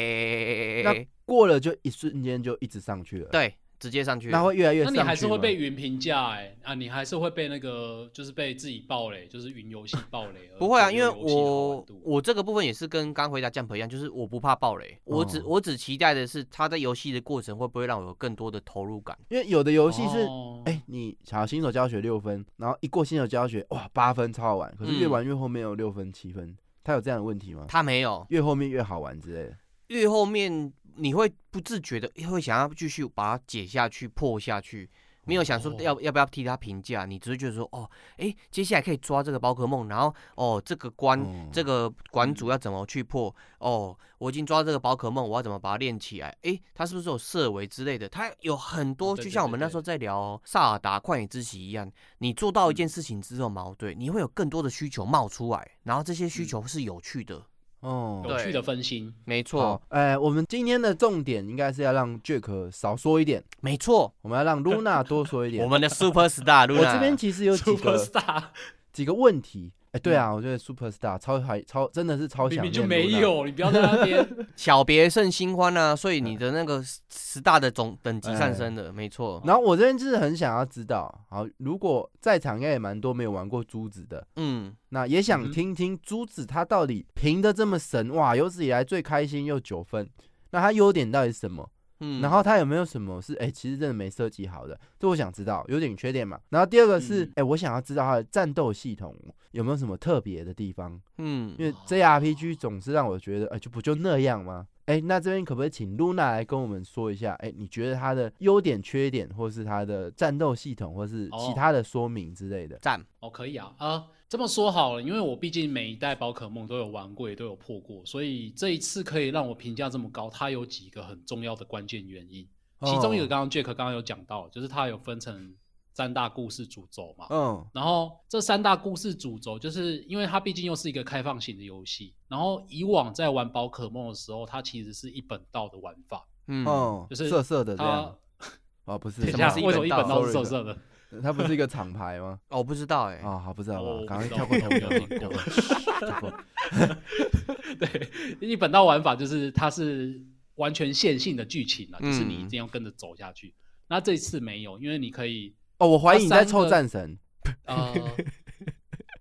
[SPEAKER 5] A A A
[SPEAKER 4] 那
[SPEAKER 5] A，
[SPEAKER 4] 过了就一瞬间就一直上去了，，
[SPEAKER 5] 对，直接上去，
[SPEAKER 4] 那会越来越
[SPEAKER 2] 那
[SPEAKER 4] 上去
[SPEAKER 2] 你还是会
[SPEAKER 4] 吗
[SPEAKER 2] 被云评价哎啊，你还是会被那个就是被自己爆雷，就是云游戏爆雷而
[SPEAKER 5] 不会啊，
[SPEAKER 2] 觉
[SPEAKER 5] 因
[SPEAKER 2] 得
[SPEAKER 5] 为
[SPEAKER 2] 游戏好玩
[SPEAKER 5] 我
[SPEAKER 2] 度
[SPEAKER 5] 我这个部分也是跟刚回答 Jump 一样，就是我不怕暴雷，我只
[SPEAKER 2] 嗯
[SPEAKER 4] 哦
[SPEAKER 5] 我只期待的是他在游戏的过程会不会让我有更多的投入感。
[SPEAKER 4] 因为有的游戏是，哎、
[SPEAKER 2] 哦
[SPEAKER 4] 你好新手教学六分，然后一过新手教学，哇，八分超好玩，可是越
[SPEAKER 5] 嗯
[SPEAKER 4] 玩越后面有六分、七分，它有这样的问题吗？
[SPEAKER 5] 他没有，
[SPEAKER 4] 越后面越好玩之类的。
[SPEAKER 5] 越后面你会不自觉的会想要继续把它解下去、破下去，没有想说
[SPEAKER 2] 哦
[SPEAKER 5] 要、要不要替他评价，你只是觉得说，哦，哎，接下来可以抓这个宝可梦，然后哦，这个关、
[SPEAKER 2] 嗯
[SPEAKER 4] 哦
[SPEAKER 5] 这个馆主要怎么去破？哦，我已经抓这个宝可梦，我要怎么把它练起来？哎，它是不是有设为之类的？它有很多，
[SPEAKER 2] 哦对
[SPEAKER 5] 就
[SPEAKER 2] 对
[SPEAKER 5] 像我
[SPEAKER 2] 对
[SPEAKER 5] 们那
[SPEAKER 2] 对
[SPEAKER 5] 时候在聊《萨尔达旷野之息》一样，你做到一
[SPEAKER 2] 嗯
[SPEAKER 5] 件事情之后嘛，对，你会有更多的需求冒出来，然后这些需
[SPEAKER 2] 嗯
[SPEAKER 5] 求是有趣的，
[SPEAKER 4] 哦，
[SPEAKER 2] 有趣的分心，
[SPEAKER 5] 没错
[SPEAKER 4] 好，，哎、我们今天的重点应该是要让 Jack 少说一点，
[SPEAKER 5] 没错。
[SPEAKER 4] 我们 要让 Luna 多说一点。
[SPEAKER 5] 我们的 Super Star
[SPEAKER 4] 我
[SPEAKER 5] 露娜，
[SPEAKER 4] 这边其实有几
[SPEAKER 2] Super
[SPEAKER 4] 个
[SPEAKER 2] Star
[SPEAKER 4] 几个问题，哎、对啊，我觉得 Superstar 超还超真的是超
[SPEAKER 2] 明
[SPEAKER 4] 想
[SPEAKER 2] 明就
[SPEAKER 4] 念
[SPEAKER 2] 没
[SPEAKER 4] Luna，
[SPEAKER 2] 有，你不要在那边
[SPEAKER 5] 小别胜新欢啊，所以你的那个十大的总等级上升的，没错。
[SPEAKER 4] 嗯然后我这边就是很想要知道，好，如果在场应该也蛮多没有玩过珠子的，
[SPEAKER 5] 嗯，
[SPEAKER 4] 那也
[SPEAKER 2] 嗯
[SPEAKER 4] 想
[SPEAKER 2] 哼
[SPEAKER 4] 听听珠子她到底评的这么神哇，有史以来最开心又九分，那她优点到底是什么？
[SPEAKER 5] 嗯
[SPEAKER 4] 然后它有没有什么是哎、诶其实真的没设计好的？这我想知道，有点缺点嘛。然后第二个是哎、
[SPEAKER 2] 嗯
[SPEAKER 4] 诶我想要知道它的战斗系统有没有什么特别的地方，
[SPEAKER 5] 嗯，
[SPEAKER 4] 因为 JRPG 总是让我觉得哎、诶就不就那样吗？哎、那这边可不可以请露娜来跟我们说一下？哎、你觉得它的优点、缺点，或是它的战斗系统，或是其
[SPEAKER 2] 哦
[SPEAKER 4] 他的说明之类的？
[SPEAKER 5] 赞，
[SPEAKER 2] 哦，可以啊，啊、这么说好了，因为我毕竟每一代宝可梦都有玩过，也都有破过，所以这一次可以让我评价这么高，它有几个很重要的关键原因，其中一个
[SPEAKER 4] 哦
[SPEAKER 2] 刚刚 Jack 刚刚有讲到，就是它有分成三大故事主轴嘛，
[SPEAKER 4] 嗯
[SPEAKER 2] 然后这三大故事主轴，就是因为它毕竟又是一个开放型的游戏，然后以往在玩宝可梦的时候，它其实是一本道的玩法，
[SPEAKER 5] 嗯，
[SPEAKER 4] 哦，
[SPEAKER 2] 就是
[SPEAKER 4] 色色的这样
[SPEAKER 2] 它。
[SPEAKER 4] 哦，不是，
[SPEAKER 2] 等一
[SPEAKER 5] 么
[SPEAKER 2] 下
[SPEAKER 5] 是一
[SPEAKER 2] 为什么一本道
[SPEAKER 4] 道
[SPEAKER 2] 是色色的？
[SPEAKER 4] ？Sorry，它不是一个厂牌吗？
[SPEAKER 5] 哦，我不知道哎，
[SPEAKER 4] 哦，好，不知道，
[SPEAKER 2] 我
[SPEAKER 4] 好
[SPEAKER 2] 不
[SPEAKER 4] 赶快
[SPEAKER 2] 知
[SPEAKER 4] 跳
[SPEAKER 2] 道
[SPEAKER 4] 过，
[SPEAKER 2] 我
[SPEAKER 4] 跳过，
[SPEAKER 2] 没有
[SPEAKER 4] 跳过，
[SPEAKER 2] 听过
[SPEAKER 4] 跳过。
[SPEAKER 2] 对，一本道玩法就是它是完全线性的剧情
[SPEAKER 4] 嗯
[SPEAKER 2] 啊，就是你一定要跟着走下去。那这一次没有，因为你可以
[SPEAKER 4] 哦，我怀疑
[SPEAKER 2] 它
[SPEAKER 4] 你在
[SPEAKER 2] 三
[SPEAKER 4] 凑
[SPEAKER 2] 个
[SPEAKER 4] 战神。
[SPEAKER 2] 呃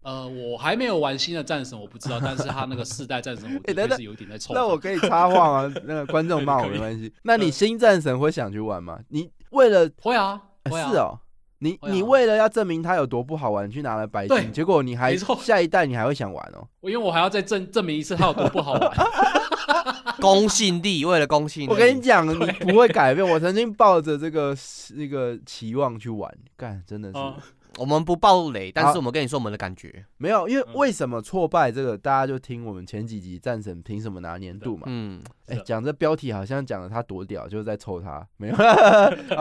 [SPEAKER 2] 呃，我还没有玩新的战神，我不知道，但是他那个四代战神，我 的
[SPEAKER 4] 哎等
[SPEAKER 2] 确
[SPEAKER 4] 等
[SPEAKER 2] 是有一点 在凑合。
[SPEAKER 4] 那我可以插话吗？ 那个观众骂我没关系。那你新战神会想去玩吗？你为了、
[SPEAKER 2] 会啊，
[SPEAKER 4] 呃
[SPEAKER 2] 会啊，
[SPEAKER 4] 是，哦，你、
[SPEAKER 2] 会啊
[SPEAKER 4] 你为了要证明它有多不好玩，去拿了白金，
[SPEAKER 2] 对
[SPEAKER 4] 结果你还
[SPEAKER 2] 没错
[SPEAKER 4] 下一代你还会想玩哦。
[SPEAKER 2] 我因为我还要再证证明一次它有多不好 玩。
[SPEAKER 5] 公信力，为了公信力，
[SPEAKER 4] 我跟你讲，你不会改变。我曾经抱着这个那个期望去玩，干真的是、
[SPEAKER 2] 啊
[SPEAKER 5] 我们不爆雷，但
[SPEAKER 4] 好
[SPEAKER 5] 是我们跟你说我们的感觉，
[SPEAKER 4] 没有，因为
[SPEAKER 2] 嗯
[SPEAKER 4] 为什么挫败这个，大家就听我们前几集战神凭什么拿年度嘛。
[SPEAKER 5] 嗯，
[SPEAKER 4] 哎、
[SPEAKER 2] 是的啊
[SPEAKER 4] 讲这标题好像讲了他多屌，就是在抽他， 没有。啊，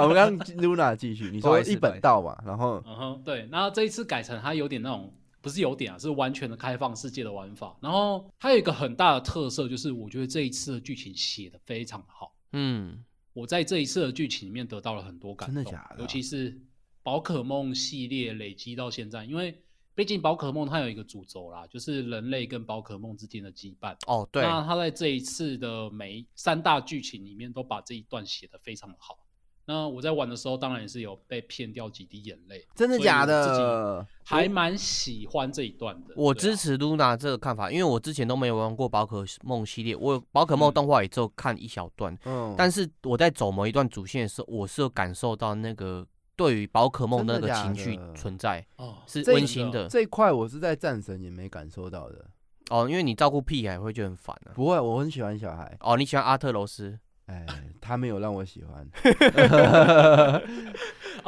[SPEAKER 4] 我们刚刚 Luna 继续，你
[SPEAKER 5] 不好
[SPEAKER 4] 说
[SPEAKER 5] 意思
[SPEAKER 4] 一本道嘛，然后
[SPEAKER 2] 嗯哼，对。然后这一次改成它有点那种，不是有点啊，是完全的开放世界的玩法。然后它有一个很大的特色，就是我觉得这一次的剧情写的非常好。
[SPEAKER 5] 嗯，
[SPEAKER 2] 我在这一次的剧情里面得到了很多感动，
[SPEAKER 4] 真的假的啊
[SPEAKER 2] 尤其是宝可梦系列累积到现在，因为毕竟宝可梦它有一个主轴啦，就是人类跟宝可梦之间的羁绊。
[SPEAKER 5] 哦，对，
[SPEAKER 2] 那他在这一次的每一三大剧情里面都把这一段写得非常的好，那我在玩的时候，当然也是有被骗掉几滴眼泪，
[SPEAKER 4] 真的假
[SPEAKER 2] 所以我自己
[SPEAKER 4] 的？
[SPEAKER 2] 还蛮喜欢这一段的。
[SPEAKER 5] 我
[SPEAKER 2] 对啊
[SPEAKER 5] 支持露娜这个看法，因为我之前都没有玩过宝可梦系列，我有宝可梦
[SPEAKER 2] 嗯
[SPEAKER 5] 动画也只有看一小段，
[SPEAKER 4] 嗯
[SPEAKER 5] 但是我在走某一段主线的时候，我是有感受到那个对于宝可梦
[SPEAKER 4] 真的
[SPEAKER 5] 那个
[SPEAKER 4] 假
[SPEAKER 5] 情绪
[SPEAKER 4] 的
[SPEAKER 5] 存在
[SPEAKER 2] 哦，
[SPEAKER 5] 是
[SPEAKER 4] 这
[SPEAKER 5] 温馨的
[SPEAKER 4] 这一块我是在战神也没感受到的。
[SPEAKER 5] 哦，因为你照顾屁孩会觉得很烦啊。
[SPEAKER 4] 不会，我很喜欢小孩，
[SPEAKER 5] 哦，你喜欢阿特柔斯？
[SPEAKER 4] 哎，他没有让我喜 欢。
[SPEAKER 2] 啊，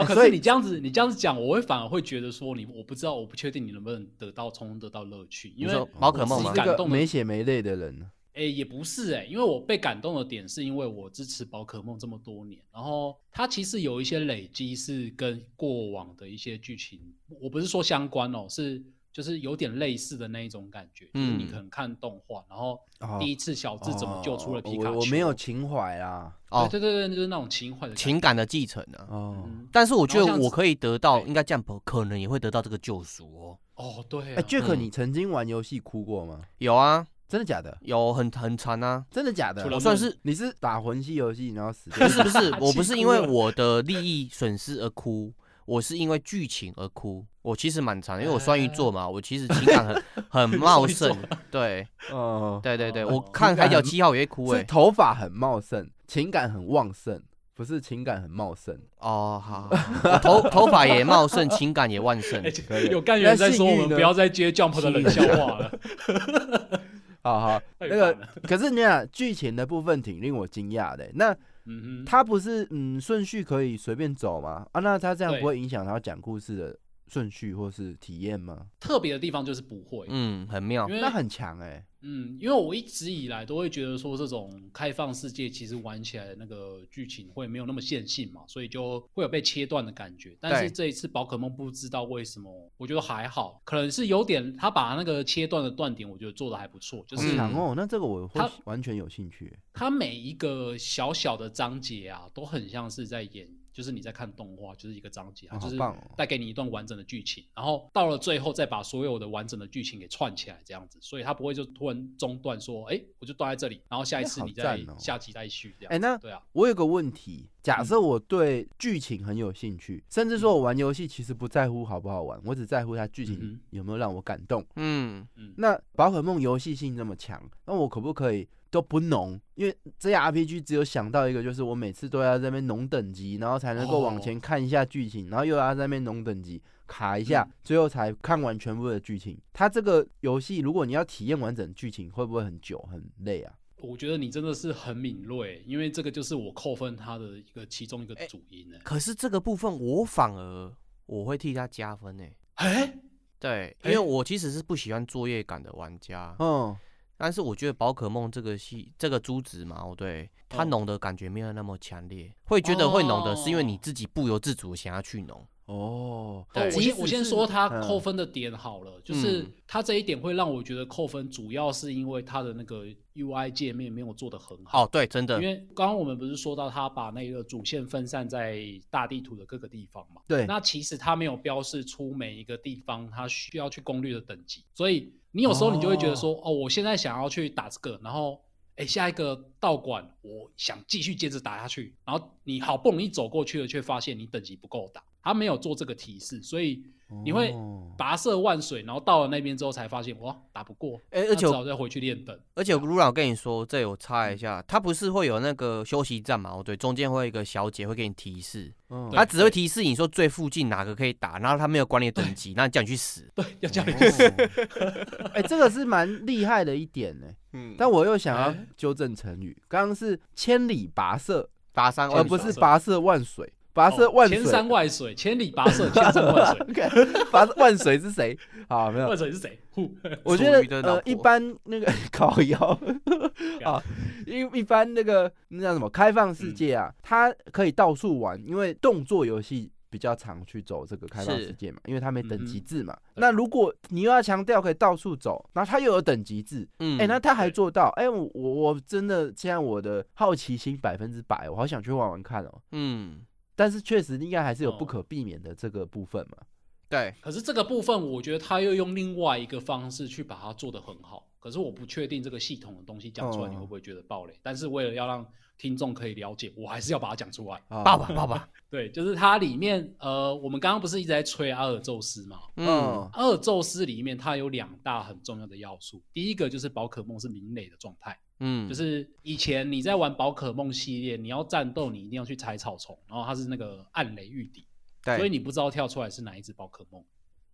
[SPEAKER 2] 可
[SPEAKER 4] 所以
[SPEAKER 2] 是你这样子，你这样子讲，我会反而会觉得说你，我不知道，我不确定你能不能得到从中得到乐趣，因
[SPEAKER 5] 你
[SPEAKER 2] 为
[SPEAKER 5] 说宝可梦
[SPEAKER 2] 我
[SPEAKER 5] 吗
[SPEAKER 2] 自
[SPEAKER 4] 是
[SPEAKER 2] 己感
[SPEAKER 4] 一个
[SPEAKER 2] 动的
[SPEAKER 4] 没血没泪的人。啊
[SPEAKER 2] 诶、也不是诶、因为我被感动的点是因为我支持宝可梦这么多年，然后它其实有一些累积是跟过往的一些剧情，我不是说相关哦，是就是有点类似的那一种感觉，就是你
[SPEAKER 5] 嗯
[SPEAKER 2] 可能看动画，然后
[SPEAKER 4] 哦
[SPEAKER 2] 第一次小智怎么救出了皮卡丘，
[SPEAKER 4] 哦我我没有情怀啊啦。
[SPEAKER 5] 哦，
[SPEAKER 2] 对对对对，就是那种情怀的感觉
[SPEAKER 5] 情感的继承啊。
[SPEAKER 4] 哦，
[SPEAKER 2] 嗯
[SPEAKER 5] 但是我觉
[SPEAKER 2] 然
[SPEAKER 5] 得
[SPEAKER 2] 后像
[SPEAKER 5] 我可以得到，
[SPEAKER 2] 对
[SPEAKER 5] 应该 Jump 可能也会得到这个救赎哦。
[SPEAKER 2] 哦，对、
[SPEAKER 4] 哎
[SPEAKER 2] 啊，
[SPEAKER 4] ，Jack，
[SPEAKER 5] 嗯
[SPEAKER 4] 你曾经玩游戏哭过吗？
[SPEAKER 5] 有啊，
[SPEAKER 4] 真的假的？
[SPEAKER 5] 有很很长啊。
[SPEAKER 4] 真的假
[SPEAKER 2] 除
[SPEAKER 4] 的
[SPEAKER 2] 了？，
[SPEAKER 5] 我算是
[SPEAKER 4] 你是打魂系游戏然后死掉
[SPEAKER 5] 不？是不是 我不是因
[SPEAKER 2] 气
[SPEAKER 5] 为
[SPEAKER 2] 哭了
[SPEAKER 5] 我的利益损失而哭，我是因为剧情而哭。我其实蛮长，因为我双鱼座嘛，我其实情感 很很茂盛
[SPEAKER 2] 双鱼。
[SPEAKER 5] 对
[SPEAKER 4] 哦，
[SPEAKER 5] 对对对，
[SPEAKER 2] 哦
[SPEAKER 5] 我看《海角七号》也会哭
[SPEAKER 4] 是
[SPEAKER 5] 哎。
[SPEAKER 4] 头发很茂盛，情感很旺盛，不是情感很茂盛。
[SPEAKER 5] 哦，好，好好我头头发也茂盛，情感也 旺盛
[SPEAKER 2] 哎。
[SPEAKER 4] 可以
[SPEAKER 2] 有干员在
[SPEAKER 4] 那
[SPEAKER 2] 说
[SPEAKER 4] 幸运
[SPEAKER 2] 我们
[SPEAKER 4] 呢
[SPEAKER 2] 不要再接 Jump 的冷笑话了，
[SPEAKER 4] 好好，
[SPEAKER 2] 太
[SPEAKER 4] 那个
[SPEAKER 2] 烦了
[SPEAKER 4] 可是你看剧情的部分挺令我惊讶的。欸那
[SPEAKER 2] 嗯哼，
[SPEAKER 4] 他不是嗯顺序可以随便走吗？啊，那他这样
[SPEAKER 2] 对
[SPEAKER 4] 不会影响他讲故事的顺序或是体验吗？
[SPEAKER 2] 特别的地方就是不会，
[SPEAKER 5] 嗯，很妙
[SPEAKER 2] 因。为
[SPEAKER 4] 那很强哎、
[SPEAKER 2] 嗯，因为我一直以来都会觉得说，这种开放世界其实玩起来那个剧情会没有那么线性嘛，所以就会有被切断的感觉。但是
[SPEAKER 5] 对
[SPEAKER 2] 这一次宝可梦不知道为什么，我觉得还好，可能是有点他把那个切断的断点，我觉得做的还不错，就
[SPEAKER 4] 好
[SPEAKER 2] 是
[SPEAKER 4] 强哦、那这个我会
[SPEAKER 2] 他
[SPEAKER 4] 完全有兴趣、
[SPEAKER 2] 它每一个小小的章节啊，都很像是在演，就是你在看动画，就是一个章节，它啊
[SPEAKER 4] 哦
[SPEAKER 2] 就是
[SPEAKER 4] 好棒哦
[SPEAKER 2] 带给你一段完整的剧情，然后到了最后再把所有的完整的剧情给串起来，这样子，所以它不会就突然中断说，哎，我就断在这里，然后下一次你
[SPEAKER 4] 哎好
[SPEAKER 2] 再、
[SPEAKER 4] 赞哦
[SPEAKER 2] 下集再续这样子。
[SPEAKER 4] 哎那
[SPEAKER 2] 对啊，
[SPEAKER 4] 我有个问题，假设我对剧情很有兴趣，甚至说我玩游戏其实不在乎好不好玩，我只在乎它剧
[SPEAKER 2] 嗯
[SPEAKER 4] 情
[SPEAKER 2] 哼
[SPEAKER 4] 有没有让我感动。
[SPEAKER 5] 嗯，
[SPEAKER 2] 嗯，
[SPEAKER 4] 那宝可梦游戏性这么强，那我可不可以都不浓？因为这些 RPG 只有想到一个，就是我每次都要在那边农等级，然后才能够
[SPEAKER 2] 哦
[SPEAKER 4] 往前看一下剧情，然后又要在那边农等级卡一下，最后才看完全部的剧情。它这个游戏如果你要体验完整剧情，会不会很久很累啊？
[SPEAKER 2] 我觉得你真的是很敏锐，因为这个就是我扣分它的一个其中一个主因呢、
[SPEAKER 5] 可是这个部分我反而我会替他加分呢。
[SPEAKER 2] 哎，
[SPEAKER 5] 对，因
[SPEAKER 2] 哎哦
[SPEAKER 5] 为我其实是不喜欢作业感的玩家，
[SPEAKER 4] 嗯，
[SPEAKER 5] 但是我觉得宝可梦这个系这个珠子嘛，哦对，它
[SPEAKER 2] 哦
[SPEAKER 5] 浓的感觉没有那么强烈，会觉得会浓的是因为你
[SPEAKER 2] 哦
[SPEAKER 5] 自己不由自主地想要去浓。
[SPEAKER 4] 哦，
[SPEAKER 2] 哦
[SPEAKER 5] 对
[SPEAKER 2] 我
[SPEAKER 4] 即
[SPEAKER 2] 先
[SPEAKER 4] 使
[SPEAKER 2] 我先
[SPEAKER 4] 是
[SPEAKER 2] 说他
[SPEAKER 4] 嗯
[SPEAKER 2] 扣分的点好了，就是
[SPEAKER 5] 嗯
[SPEAKER 2] 他这一点会让我觉得扣分，主要是因为他的那个 UI 界面没有做得很好。
[SPEAKER 5] 哦，对，真的
[SPEAKER 2] 因，为刚刚我们不是说到他把那个主线分散在大地图的各个地方嘛？
[SPEAKER 4] 对，
[SPEAKER 2] 那其实他没有标示出每一个地方他需要去攻略的等级，所以你有时候你就会觉得说，哦我现在想要去打这个，然后哎下一个道馆我想继续接着打下去，然后你好不容易走过去了，却发现你等级不够打，他没有做这个提示，所以你会
[SPEAKER 4] 哦
[SPEAKER 2] 跋涉万水，然后到了那边之后才发现哇打不过，
[SPEAKER 5] 哎而且
[SPEAKER 2] 那
[SPEAKER 5] 我哦
[SPEAKER 2] 只好再回去练等。
[SPEAKER 5] 而且卢老跟你说，这我插一下，它不是会有那个休息站嘛？哦对，中间会有一个小姐会给你提示，
[SPEAKER 4] 嗯
[SPEAKER 2] 对
[SPEAKER 5] 她只会提示你说最附近哪个可以打，然后她没有管你的 等级，那叫你去死。嗯
[SPEAKER 2] 对，要叫你
[SPEAKER 4] 哦哎、这个是蛮厉害的一点呢、
[SPEAKER 5] 嗯，
[SPEAKER 4] 但我又想要
[SPEAKER 2] 哎
[SPEAKER 4] 纠正成语，刚刚是千里跋涉，
[SPEAKER 5] 跋山
[SPEAKER 4] 而
[SPEAKER 5] 万
[SPEAKER 4] 不
[SPEAKER 5] 水
[SPEAKER 4] 是跋涉万水，跋涉啊万水，
[SPEAKER 2] 哦千山万水，千里跋涉，千山万 水。
[SPEAKER 4] 看跋涉万水是谁？好，没有
[SPEAKER 2] 万，水是谁？呼
[SPEAKER 4] 我觉
[SPEAKER 5] 楚瑜
[SPEAKER 4] 得
[SPEAKER 5] 的老
[SPEAKER 4] 呃，
[SPEAKER 5] 婆
[SPEAKER 4] 一般那个 烤窑 啊，因为一般那个那叫什么开放世界
[SPEAKER 2] 嗯
[SPEAKER 4] 啊，它可以到处玩，因为动作游戏。比较常去走这个开放
[SPEAKER 5] 是
[SPEAKER 4] 世界嘛，因为它没等
[SPEAKER 2] 嗯
[SPEAKER 4] 级
[SPEAKER 2] 哼
[SPEAKER 4] 制嘛。那如果你又要强调可以到处走，然后它又有等级制，
[SPEAKER 5] 嗯
[SPEAKER 4] 哎、那他还
[SPEAKER 2] 对
[SPEAKER 4] 做到，哎、我我我真的现在我的好奇心百分之百，我好想去玩玩看哦。
[SPEAKER 5] 嗯，
[SPEAKER 4] 但是确实应该还是有不
[SPEAKER 2] 哦
[SPEAKER 4] 可避免的这个部分嘛。
[SPEAKER 5] 对，
[SPEAKER 2] 可是这个部分，我觉得他又用另外一个方式去把它做得很好。可是我不确定这个系统的东西讲出来你
[SPEAKER 4] 哦
[SPEAKER 2] 会不会觉得爆雷，但是为了要让听众可以了解，我还是要把它讲出来。
[SPEAKER 4] 爸
[SPEAKER 5] 爸爸，爸爸，
[SPEAKER 2] 对，就是它里面呃，我们刚刚不是一直在吹阿尔宙斯嘛？
[SPEAKER 5] 嗯，
[SPEAKER 2] 阿尔宙斯里面它有两大很重要的要素，第一个就是宝可梦是明垒的状态。
[SPEAKER 5] 嗯，
[SPEAKER 2] 就是以前你在玩宝可梦系列，你要战斗，你一定要去踩草丛，然后它是那个暗雷御敌，
[SPEAKER 4] 对，
[SPEAKER 2] 所以你不知道跳出来是哪一只宝可梦。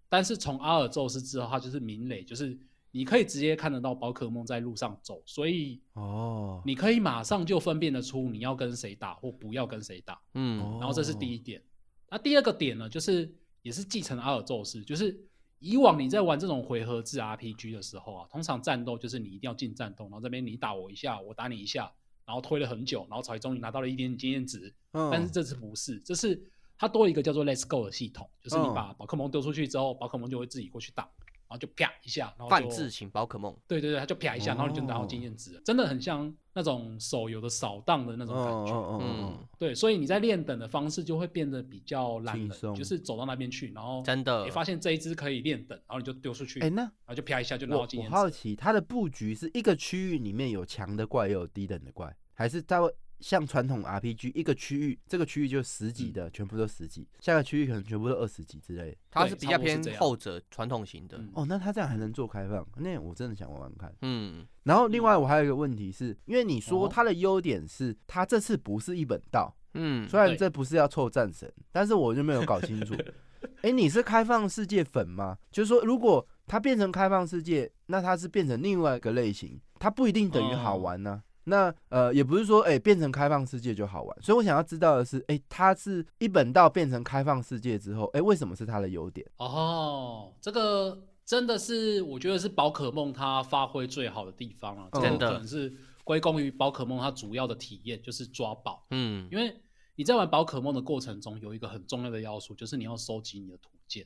[SPEAKER 2] 但是从阿尔宙斯之后，它就是明雷，就是你可以直接看得到宝可梦在路上走，所以
[SPEAKER 4] 哦，
[SPEAKER 2] 你可以马上就分辨得出你要跟谁打或不要跟谁打。
[SPEAKER 5] 嗯
[SPEAKER 4] 哦
[SPEAKER 2] 然后这是第一点。那第二个点呢，就是也是继承阿尔宙斯，就是以往你在玩这种回合制 RPG 的时候啊，通常战斗就是你一定要进战斗，然后这边你打我一下，我打你一下，然后推了很久，然后才终于拿到了一点点经验值。
[SPEAKER 4] 嗯，
[SPEAKER 2] 但是这次不是，这是它多了一个叫做 Let's Go 的系统，就是你
[SPEAKER 4] 嗯
[SPEAKER 2] 把宝可梦丢出去之后，宝可梦就会自己过去打，然后就啪一下，然后
[SPEAKER 5] 泛
[SPEAKER 2] 就
[SPEAKER 5] 智型宝可梦，
[SPEAKER 2] 对对对，它就啪一下，然后你就拿
[SPEAKER 4] 哦
[SPEAKER 2] 到经验值了，真的很像那种手游的扫荡的那
[SPEAKER 4] 嗯
[SPEAKER 2] 种感
[SPEAKER 4] 嗯
[SPEAKER 2] 觉。
[SPEAKER 4] 嗯
[SPEAKER 2] 哦
[SPEAKER 5] 嗯
[SPEAKER 4] 嗯，
[SPEAKER 2] 对，所以你在练等的方式就会变得比较懒
[SPEAKER 4] 轻
[SPEAKER 2] 人，
[SPEAKER 4] 松
[SPEAKER 2] 就是走到那边去，然后
[SPEAKER 5] 真的
[SPEAKER 2] 你发现这一只可以练等，然后你就丢出去，
[SPEAKER 4] 哎，那
[SPEAKER 2] 然后就啪一下就拿
[SPEAKER 4] 我
[SPEAKER 2] 到经
[SPEAKER 4] 我
[SPEAKER 2] 验值
[SPEAKER 4] 好奇，它的布局是一个区域里面有强的怪，也有低等的怪，还是它会像传统 RPG 一个区域，这个区域就十
[SPEAKER 2] 嗯
[SPEAKER 4] 几的，全部都十几，下个区域可能全部都二十几之类的。
[SPEAKER 5] 它
[SPEAKER 2] 对
[SPEAKER 5] 是比
[SPEAKER 2] 差
[SPEAKER 5] 较
[SPEAKER 2] 不多是
[SPEAKER 5] 偏
[SPEAKER 2] 这样
[SPEAKER 5] 后者传统型的，
[SPEAKER 2] 嗯
[SPEAKER 4] 哦，那它这样还能做开放？那我真的想玩玩看。
[SPEAKER 5] 嗯，
[SPEAKER 4] 然后另外我还有一个问题是，因为你说
[SPEAKER 2] 哦
[SPEAKER 4] 它的优点是它这次不是一本道，
[SPEAKER 5] 嗯，
[SPEAKER 4] 虽然
[SPEAKER 2] 对
[SPEAKER 4] 这不是要凑战神，但是我就没有搞清楚。 哎、你是开放世界粉吗？就是说，如果它变成开放世界，那它是变成另外一个类型，它不一定等于好玩
[SPEAKER 2] 嗯
[SPEAKER 4] 呢、那呃，也不是说哎、诶变成开放世界就好玩。所以我想要知道的是，哎、它是一本道变成开放世界之后，哎、为什么是它的优点？
[SPEAKER 2] 哦，这个真的是我觉得是宝可梦它发挥最好的地方了、
[SPEAKER 4] 嗯
[SPEAKER 2] 这个
[SPEAKER 5] 真的
[SPEAKER 2] 可能是归功于宝可梦它主要的体验就是抓宝，
[SPEAKER 5] 嗯，
[SPEAKER 2] 因为你在玩宝可梦的过程中有一个很重要的要素，就是你要收集你的图鉴。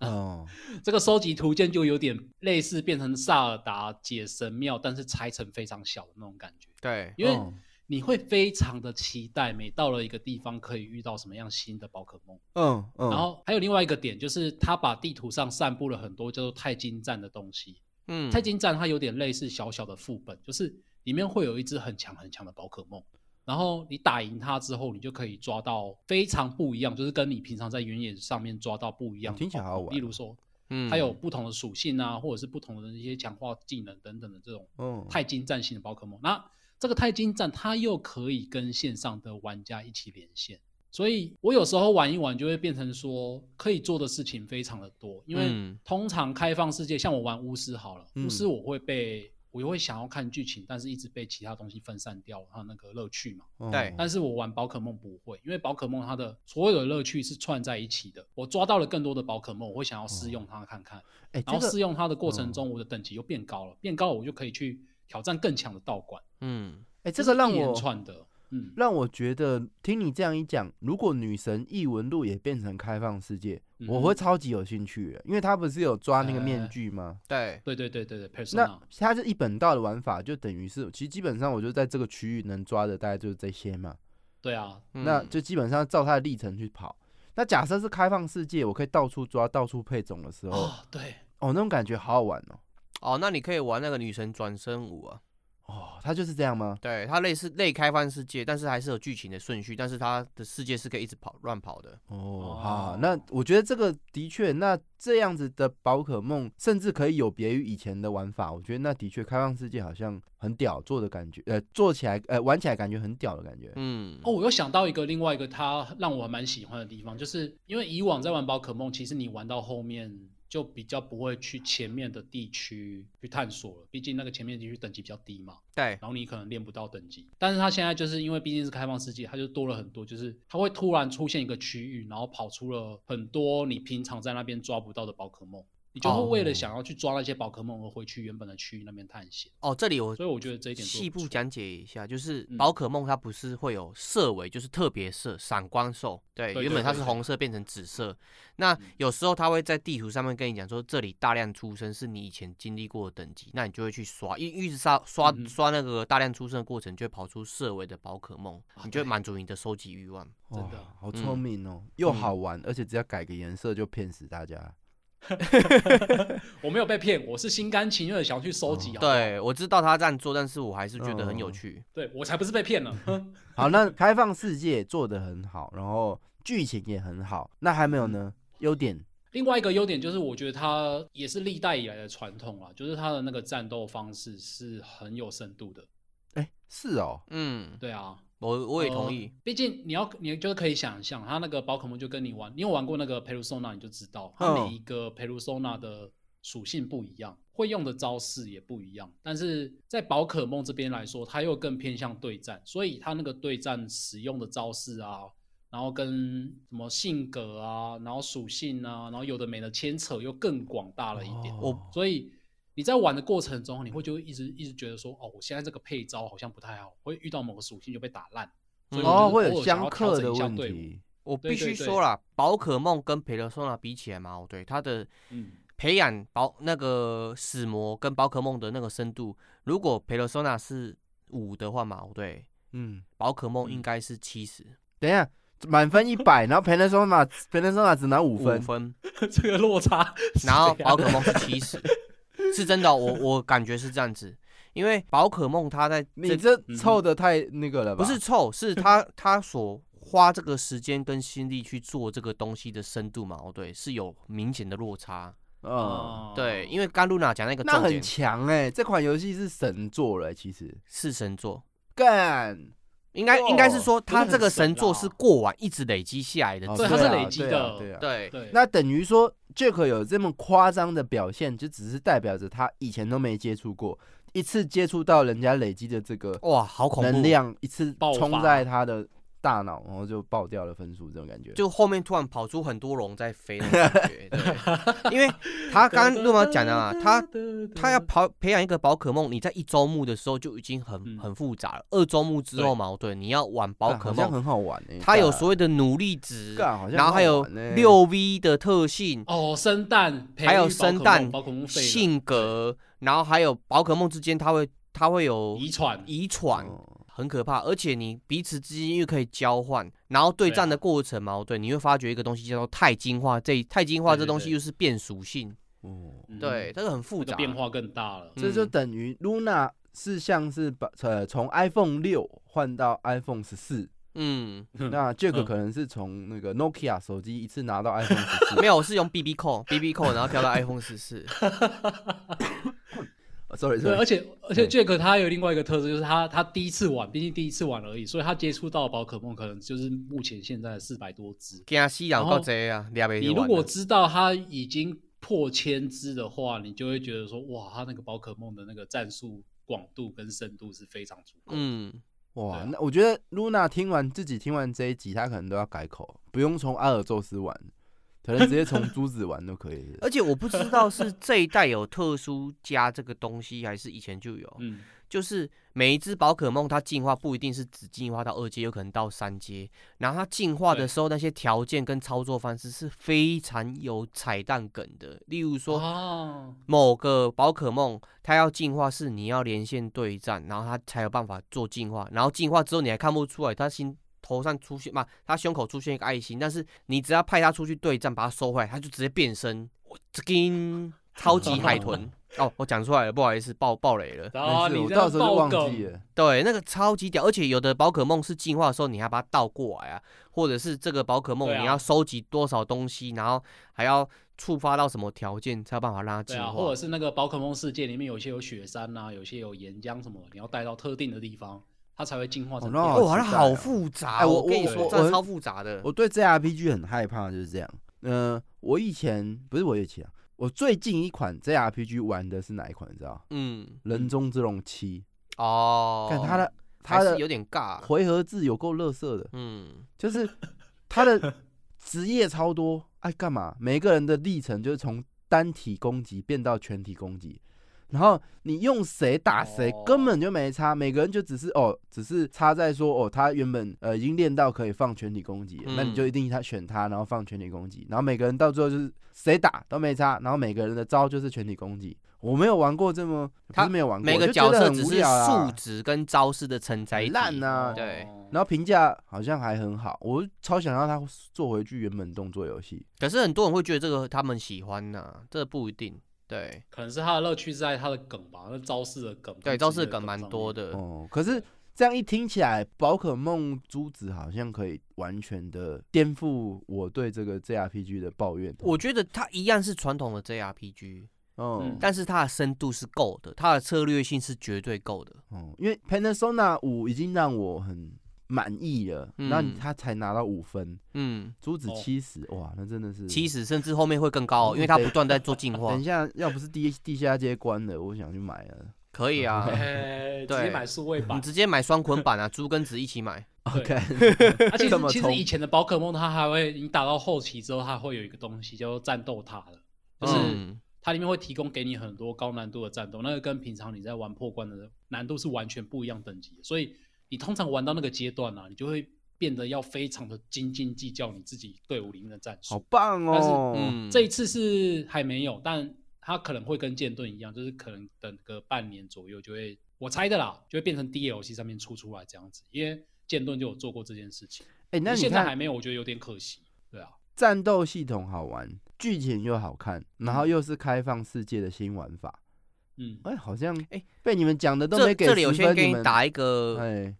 [SPEAKER 2] 嗯
[SPEAKER 4] 哦，
[SPEAKER 2] 这个收集图鉴就有点类似变成萨尔达解神庙，但是拆成非常小的那种感觉。
[SPEAKER 5] 对，
[SPEAKER 2] 因为
[SPEAKER 4] 哦
[SPEAKER 2] 你会非常的期待，每到了一个地方可以遇到什么样新的宝可梦。
[SPEAKER 4] 嗯嗯，
[SPEAKER 2] 然后还有另外一个点，就是他把地图上散布了很多叫做钛金站的东西。
[SPEAKER 5] 嗯，
[SPEAKER 2] 钛金站它有点类似小小的副本，就是里面会有一只很强很强的宝可梦，然后你打赢它之后，你就可以抓到非常不一样，就是跟你平常在原野上面抓到不一样的宝可梦。
[SPEAKER 4] 哦听起来好好玩啊
[SPEAKER 2] 例如说，
[SPEAKER 5] 嗯
[SPEAKER 2] 它有不同的属性啊，或者是不同的一些强化技能等等的这种
[SPEAKER 4] 嗯
[SPEAKER 2] 钛金战型的宝可梦。那这个钛金战，它又可以跟线上的玩家一起连线，所以我有时候玩一玩就会变成说，可以做的事情非常的多。因为
[SPEAKER 5] 嗯
[SPEAKER 2] 通常开放世界，像我玩巫师好了，
[SPEAKER 4] 嗯
[SPEAKER 2] 巫师我会被我又会想要看剧情，但是一直被其他东西分散掉它那个乐趣嘛。
[SPEAKER 4] 哦
[SPEAKER 5] 对
[SPEAKER 2] 但是我玩宝可梦不会，因为宝可梦它的所有的乐趣是串在一起的。我抓到了更多的宝可梦，我会想要试用它看看，
[SPEAKER 4] 哎、
[SPEAKER 2] 然
[SPEAKER 4] 这
[SPEAKER 2] 后
[SPEAKER 4] 个
[SPEAKER 2] 试用它的过程中，我的等级又变高了，变高了我就可以去挑战更强的道馆。
[SPEAKER 5] 嗯，
[SPEAKER 4] 哎、这个让
[SPEAKER 2] 是一连
[SPEAKER 4] 我
[SPEAKER 2] 串的，嗯，
[SPEAKER 4] 让我觉得听你这样一讲，如果女神异闻录也变成开放世界，
[SPEAKER 2] 嗯哼
[SPEAKER 4] 我会超级有兴趣的，因为他不是有抓那个面
[SPEAKER 2] 哎
[SPEAKER 4] 具吗？
[SPEAKER 5] 对，
[SPEAKER 2] 对对对对对
[SPEAKER 4] 那
[SPEAKER 2] ，persona，
[SPEAKER 4] 它是一本道的玩法，就等于是，其实基本上我就在这个区域能抓的大概就是这些嘛，
[SPEAKER 2] 对啊，
[SPEAKER 4] 那
[SPEAKER 5] 嗯
[SPEAKER 4] 就基本上照它的历程去跑。那假设是开放世界，我可以到处抓、到处配种的时候，
[SPEAKER 2] 哦，对，
[SPEAKER 4] 哦，那种感觉好好玩哦。
[SPEAKER 5] 哦，那你可以玩那个女神转身舞啊，
[SPEAKER 4] 哦，它就是这样吗？
[SPEAKER 5] 对，它类似类开放世界，但是还是有剧情的顺序，但是它的世界是可以一直跑乱跑的，
[SPEAKER 4] 哦，好好，那我觉得这个的确，那这样子的宝可梦甚至可以有别于以前的玩法，我觉得那的确开放世界好像很屌做的感觉，呃，做起来呃玩起来感觉很屌的感觉。
[SPEAKER 5] 嗯，
[SPEAKER 2] 哦，，我又想到一个另外一个它让我还蛮喜欢的地方，就是因为以往在玩宝可梦，其实你玩到后面就比较不会去前面的地区去探索了，毕竟那个前面地区等级比较低嘛，
[SPEAKER 5] 对，
[SPEAKER 2] 然后你可能练不到等级。但是它现在就是因为毕竟是开放世界，它就多了很多，就是它会突然出现一个区域，然后跑出了很多你平常在那边抓不到的宝可梦。你
[SPEAKER 5] 哦
[SPEAKER 2] 就会为了想要去抓那些宝可梦而回去原本的区域那边探险，
[SPEAKER 5] 哦，这里我
[SPEAKER 2] 所以我觉得这一点做得
[SPEAKER 5] 细
[SPEAKER 2] 不
[SPEAKER 5] 部
[SPEAKER 2] 错
[SPEAKER 5] 讲解一下，就是
[SPEAKER 2] 嗯
[SPEAKER 5] 宝可梦它不是会有色尾，就是特别色闪光兽，对，
[SPEAKER 2] 对
[SPEAKER 5] 原本它
[SPEAKER 2] 对
[SPEAKER 5] 是
[SPEAKER 2] 对嗯
[SPEAKER 5] 红色变成紫色。那有时候它会在地图上面跟你讲说，这里大量出生是你以前经历过的等级，那你就会去刷，一一直刷刷
[SPEAKER 2] 嗯哼
[SPEAKER 5] 刷那个大量出生的过程，就会跑出色尾的宝可梦，你就会
[SPEAKER 2] 啊对
[SPEAKER 5] 满足你的收集欲望。
[SPEAKER 2] 真
[SPEAKER 4] 哦
[SPEAKER 2] 的嗯
[SPEAKER 4] 好聪明哦，又好玩，而且只要改个颜色就骗死大家。
[SPEAKER 2] 我没有被骗，我是心甘情愿的想要去收集，好不好，
[SPEAKER 5] 对，我知道他这样做，但是我还是觉得很有
[SPEAKER 4] 嗯
[SPEAKER 5] 趣。
[SPEAKER 2] 对我才不是被骗呢。哼
[SPEAKER 4] 好，那开放世界做得很好，然后剧情也很好，那还没
[SPEAKER 2] 嗯
[SPEAKER 4] 有呢？优点
[SPEAKER 2] 另外一个优点就是，我觉得它也是历代以来的传统啊，就是它的那个战斗方式是很有深度的。
[SPEAKER 4] 哎、是哦，
[SPEAKER 5] 嗯，
[SPEAKER 2] 对啊，
[SPEAKER 5] 我我也同意
[SPEAKER 2] 呃。毕竟你要，你就是可以想象，它那个宝可梦就跟你玩，你有玩过那个 Perusona 你就知道，它
[SPEAKER 4] 嗯
[SPEAKER 2] 每一个 Perusona 的属性不一样，会用的招式也不一样。但是在宝可梦这边来说，它又更偏向对战，所以它那个对战使用的招式啊，然后跟什么性格啊，然后属性啊，然后有的没的牵扯又更广大了一点。
[SPEAKER 4] 哦
[SPEAKER 5] 我
[SPEAKER 2] 所以你在玩的过程中，你会就一直一直觉得说，哦，我现在这个配招好像不太好，会遇到某个属性就被打烂，所以我
[SPEAKER 4] 哦，
[SPEAKER 2] 就嗯
[SPEAKER 4] 会
[SPEAKER 2] 偶
[SPEAKER 4] 有
[SPEAKER 2] 尔想
[SPEAKER 4] 相
[SPEAKER 2] 要调
[SPEAKER 4] 克的
[SPEAKER 2] 整一下
[SPEAKER 4] 问
[SPEAKER 2] 队伍
[SPEAKER 4] 题。
[SPEAKER 5] 嗯我
[SPEAKER 2] 对
[SPEAKER 5] 必须
[SPEAKER 2] 对对
[SPEAKER 5] 说啦，宝可梦跟培德索纳比起来嘛，哦对它的
[SPEAKER 2] 嗯，
[SPEAKER 5] 培养宝那个死魔跟宝可梦的那个深度，如果培德索纳是五的话嘛，哦对
[SPEAKER 4] 嗯，
[SPEAKER 5] 宝可梦
[SPEAKER 2] 嗯
[SPEAKER 5] 应该是七十
[SPEAKER 4] 等一下，满分 一百，然后 Panasonic Panasonic 只拿五
[SPEAKER 5] 五
[SPEAKER 4] 分，
[SPEAKER 5] 分，
[SPEAKER 2] 这个落差是
[SPEAKER 5] 然后
[SPEAKER 2] 怎样
[SPEAKER 5] 宝可梦是七十，是真的哦，我我感觉是这样子，因为宝可梦它在
[SPEAKER 4] 你
[SPEAKER 5] 这嗯
[SPEAKER 4] 这凑的太那个了吧？
[SPEAKER 5] 不是臭，是他他所花这个时间跟心力去做这个东西的深度嘛？哦，对，是有明显的落差。
[SPEAKER 4] 嗯，
[SPEAKER 5] 对，因
[SPEAKER 2] 为
[SPEAKER 5] 为甘露娜讲那个
[SPEAKER 4] 那
[SPEAKER 5] 哦重
[SPEAKER 4] 很
[SPEAKER 5] 点
[SPEAKER 4] 强哎、这款游戏是神作了、其实
[SPEAKER 5] 是神作，
[SPEAKER 4] 干，
[SPEAKER 5] 应该应该是
[SPEAKER 4] 哇
[SPEAKER 5] 说
[SPEAKER 2] 真的
[SPEAKER 5] 他
[SPEAKER 2] 哦很
[SPEAKER 5] 这个
[SPEAKER 2] 神
[SPEAKER 5] 神作
[SPEAKER 2] 啦
[SPEAKER 5] 是过往一直累积下来的
[SPEAKER 4] 哦
[SPEAKER 5] 资
[SPEAKER 2] 对
[SPEAKER 5] 料，
[SPEAKER 2] 它是
[SPEAKER 4] 啊
[SPEAKER 2] 累积
[SPEAKER 4] 对啊
[SPEAKER 2] 的
[SPEAKER 4] 对啊。
[SPEAKER 5] 对
[SPEAKER 2] 对，
[SPEAKER 4] 那等于说 Jack 有这么夸张的表现，就只是代表着他以前都没接触过，一次接触到人家累积的这个
[SPEAKER 5] 哇，好哦恐
[SPEAKER 4] 能
[SPEAKER 5] 怖！
[SPEAKER 4] 量，一次
[SPEAKER 2] 爆发
[SPEAKER 4] 冲在他的大脑，然后就爆掉了分数，这种感觉。
[SPEAKER 5] 就后面突然跑出很多龙在飞的感觉，对，因为他刚刚露妈讲的
[SPEAKER 2] 啊
[SPEAKER 5] 嘛，他 他要跑培养一个宝可梦，你在一周目的时候就已经很
[SPEAKER 2] 嗯
[SPEAKER 5] 很复杂了，二周目之后
[SPEAKER 2] 对
[SPEAKER 5] 嘛，哦对，你要玩宝
[SPEAKER 4] 干
[SPEAKER 5] 可
[SPEAKER 4] 好像
[SPEAKER 5] 梦，
[SPEAKER 4] 很好玩欸啊诶、
[SPEAKER 5] 它有
[SPEAKER 4] 干
[SPEAKER 5] 所谓的努力值，
[SPEAKER 4] 干好像
[SPEAKER 5] 然后
[SPEAKER 4] 很
[SPEAKER 5] 还
[SPEAKER 4] 好
[SPEAKER 5] 有
[SPEAKER 4] 玩欸
[SPEAKER 5] 六 V 的特性、
[SPEAKER 2] 哦，生蛋，培育
[SPEAKER 5] 还有
[SPEAKER 2] 宝可
[SPEAKER 5] 生
[SPEAKER 2] 梦
[SPEAKER 5] 蛋
[SPEAKER 2] 宝可梦废了
[SPEAKER 5] 性格，然后还有宝可梦之间，它会它会有
[SPEAKER 2] 遗传，
[SPEAKER 5] 遗传，
[SPEAKER 4] 哦
[SPEAKER 5] 很可怕。而且你彼此之间又可以交换，然后对
[SPEAKER 2] 对啊
[SPEAKER 5] 战的过程嘛，对，你会发觉一个东西叫做钛金化，这钛金化
[SPEAKER 2] 对
[SPEAKER 5] 这
[SPEAKER 2] 对
[SPEAKER 5] 东西
[SPEAKER 2] 对
[SPEAKER 5] 又是变属性，
[SPEAKER 4] 哦
[SPEAKER 2] 嗯
[SPEAKER 5] 对，，这个很复
[SPEAKER 2] 那
[SPEAKER 5] 杂
[SPEAKER 2] 个。变化更大了。
[SPEAKER 4] 这就等于 Luna 是像是把呃从 iPhone 六换到 iPhone 十四，
[SPEAKER 5] 嗯，
[SPEAKER 4] 那 Jack
[SPEAKER 2] 嗯
[SPEAKER 4] 可能是从那个 Nokia 手机一次拿到 iPhone 十四
[SPEAKER 5] 没有，我是用 BB 扣 BB 扣，然后调到 iPhone 十四。
[SPEAKER 4] 呃 ，sorry
[SPEAKER 2] 对，而啊
[SPEAKER 4] sorry，
[SPEAKER 2] 且而且
[SPEAKER 4] 对
[SPEAKER 2] Jack 他有另外一个特质，就是他他第一次玩，毕竟第一次玩而已，所以他接触到的宝可梦可能就是目前现在四百多只。
[SPEAKER 5] 给他吸氧够贼啊，俩杯。
[SPEAKER 2] 你如果知道他已经破千只的话，你就会觉得说，哇，他那个宝可梦的那个战术广度跟深度是非常足够。嗯，
[SPEAKER 5] 嗯，
[SPEAKER 4] 哇，
[SPEAKER 2] 对啊
[SPEAKER 4] 那我觉得 Luna 听完自己听完这一集，她可能都要改口，不用从阿尔宙斯玩，可能直接从珠子玩都可 以了。
[SPEAKER 5] 而且我不知道是这一代有特殊加这个东西，还是以前就有。
[SPEAKER 2] 嗯
[SPEAKER 5] 就是每一只宝可梦它进化不一定是只进化到二阶，有可能到三阶。然后它进化的
[SPEAKER 2] 对
[SPEAKER 5] 时候，那些条件跟操作方式是非常有彩蛋梗的。例如说，
[SPEAKER 2] 啊，
[SPEAKER 5] 某个宝可梦它要进化是你要连线对战，然后它才有办法做进化。然后进化之后你还看不出来，它心头上出现嘛，它胸口出现一个爱心，但是你只要派它出去对战，把它收回来，它就直接变身，我这个超级海豚。哦，我讲出来了，不好意思，爆爆雷了。
[SPEAKER 2] 然后
[SPEAKER 4] 但是
[SPEAKER 2] 啊哦你
[SPEAKER 4] 我
[SPEAKER 2] 这
[SPEAKER 4] 到
[SPEAKER 2] 样
[SPEAKER 4] 时候就
[SPEAKER 2] 爆
[SPEAKER 4] 忘记
[SPEAKER 2] 梗，
[SPEAKER 4] 了。
[SPEAKER 5] 对，那个超级屌，而且有的宝可梦是进化的时候，你还把它倒过来啊，或者是这个宝可梦
[SPEAKER 2] 对啊
[SPEAKER 5] 你要收集多少东西，然后还要触发到什么条件才有办法让它
[SPEAKER 2] 对
[SPEAKER 5] 进
[SPEAKER 2] 啊，
[SPEAKER 5] 化。
[SPEAKER 2] 或者是那个宝可梦世界里面有些有雪山呐、有些有岩浆什么的，你要带到特定的地方，它才会进化成
[SPEAKER 4] 哦
[SPEAKER 2] 这样。
[SPEAKER 4] 好
[SPEAKER 5] 哇，那
[SPEAKER 4] 期待
[SPEAKER 5] 好
[SPEAKER 4] 哦
[SPEAKER 5] 复杂、
[SPEAKER 4] 哎我
[SPEAKER 5] 我跟你
[SPEAKER 2] 我
[SPEAKER 5] 说，
[SPEAKER 2] 我
[SPEAKER 5] 这
[SPEAKER 4] 我
[SPEAKER 5] 超复杂的。
[SPEAKER 4] 我对 JRPG 很害怕，就是这样。呃，我以前不是我以前啊，我最近一款 JRPG 玩的是哪一款？你知道？
[SPEAKER 5] 嗯，
[SPEAKER 4] 人中之龙七，
[SPEAKER 5] 哦，
[SPEAKER 4] 看它的
[SPEAKER 5] 还
[SPEAKER 4] 它
[SPEAKER 5] 是
[SPEAKER 4] 的
[SPEAKER 5] 有点尬。
[SPEAKER 4] 回合制有够乐色的，
[SPEAKER 5] 嗯，
[SPEAKER 4] 就是 它的职业超多，哎，干嘛？每个人的历程就是从单体攻击变到全体攻击，然后你用谁打谁
[SPEAKER 2] 哦
[SPEAKER 4] 根本就没差，每个人就只是哦，只是差在说哦，他原本呃已经练到可以放全体攻击了，那你
[SPEAKER 5] 嗯
[SPEAKER 4] 就一定他选他，然后放全体攻击，然后每个人到最后就是谁打都没差，然后每个人的招就是全体攻击。我没有玩过这么，不
[SPEAKER 5] 他
[SPEAKER 4] 是没有玩过，
[SPEAKER 5] 每个
[SPEAKER 4] 就觉
[SPEAKER 5] 角
[SPEAKER 4] 得
[SPEAKER 5] 色
[SPEAKER 4] 很
[SPEAKER 5] 只
[SPEAKER 4] 无
[SPEAKER 5] 是
[SPEAKER 4] 聊啊啦
[SPEAKER 5] 数值跟招式的承载
[SPEAKER 4] 很
[SPEAKER 5] 体
[SPEAKER 4] 烂啊呐、
[SPEAKER 5] 对
[SPEAKER 2] 哦
[SPEAKER 4] 然后评价好像还很好，我超想让他做回去原本动作游戏。
[SPEAKER 5] 可是很多人会觉得这个他们喜欢呐、这不一定。对
[SPEAKER 2] 可能是他的乐趣是在他的梗吧，那招式的梗跟
[SPEAKER 5] 对，
[SPEAKER 2] 职
[SPEAKER 5] 招式
[SPEAKER 2] 业
[SPEAKER 5] 的梗蛮
[SPEAKER 2] 上
[SPEAKER 5] 多
[SPEAKER 2] 面。
[SPEAKER 5] 的。
[SPEAKER 4] 哦，可是这样一听起来，宝可梦珠子好像可以完全的颠覆我对这个 JRPG 的抱怨。
[SPEAKER 5] 我觉得它一样是传统的 JRPG，
[SPEAKER 4] 嗯
[SPEAKER 2] 嗯，
[SPEAKER 5] 但是它的深度是够的，它的策略性是绝对够的。
[SPEAKER 4] 哦，因为 Persona 五已经让我很满意了，
[SPEAKER 5] 嗯
[SPEAKER 4] 那、他才拿到五分，
[SPEAKER 5] 嗯，
[SPEAKER 4] 珠子
[SPEAKER 2] 哦
[SPEAKER 4] 七十、哇，那真的是
[SPEAKER 5] 其实甚至后面会更高哦，因为它不断在做进化
[SPEAKER 4] 等一。下，要不是地地下街关了，我想去买了。
[SPEAKER 5] 可以啊，
[SPEAKER 2] 哎，直接
[SPEAKER 5] 对
[SPEAKER 2] 买数位版
[SPEAKER 5] 你，直接买双捆版啊， 猪跟子一起买。
[SPEAKER 2] 对
[SPEAKER 4] OK，
[SPEAKER 2] 啊，其
[SPEAKER 4] 这
[SPEAKER 2] 实
[SPEAKER 4] 么
[SPEAKER 2] 其实
[SPEAKER 4] 冲
[SPEAKER 2] 以前的宝可梦它还会，你打到后期之后，它会有一个东西叫做战斗塔的，就是
[SPEAKER 5] 嗯，
[SPEAKER 2] 它里面会提供给你很多高难度的战斗，那个跟平常你在玩破关的难度是完全不一样等级的，所以你通常玩到那个阶段啊，你就会变得要非常的斤斤计较你自己队伍里面的战术。
[SPEAKER 4] 好棒
[SPEAKER 2] 但是
[SPEAKER 4] 哦！
[SPEAKER 5] 嗯，
[SPEAKER 2] 这一次是还没有，但它可能会跟剑盾一样，就是可能等个半年左右就会，我猜的啦，就会变成 DLC 上面出出来这样子，因为剑盾就有做过这件事情。
[SPEAKER 4] 哎、那你
[SPEAKER 2] 现在
[SPEAKER 4] 看
[SPEAKER 2] 还没有，我觉得有点可惜。对啊，
[SPEAKER 4] 战斗系统好玩，剧情又好看，
[SPEAKER 5] 嗯
[SPEAKER 4] 然后又是开放世界的新玩法。
[SPEAKER 2] 嗯，
[SPEAKER 4] 哎、好像
[SPEAKER 5] 哎
[SPEAKER 4] 被你们讲的都
[SPEAKER 5] 这
[SPEAKER 4] 没给
[SPEAKER 5] 这里我
[SPEAKER 4] 10分
[SPEAKER 5] 先给
[SPEAKER 4] 你
[SPEAKER 5] 你
[SPEAKER 4] 们
[SPEAKER 5] 打一个，
[SPEAKER 4] 哎，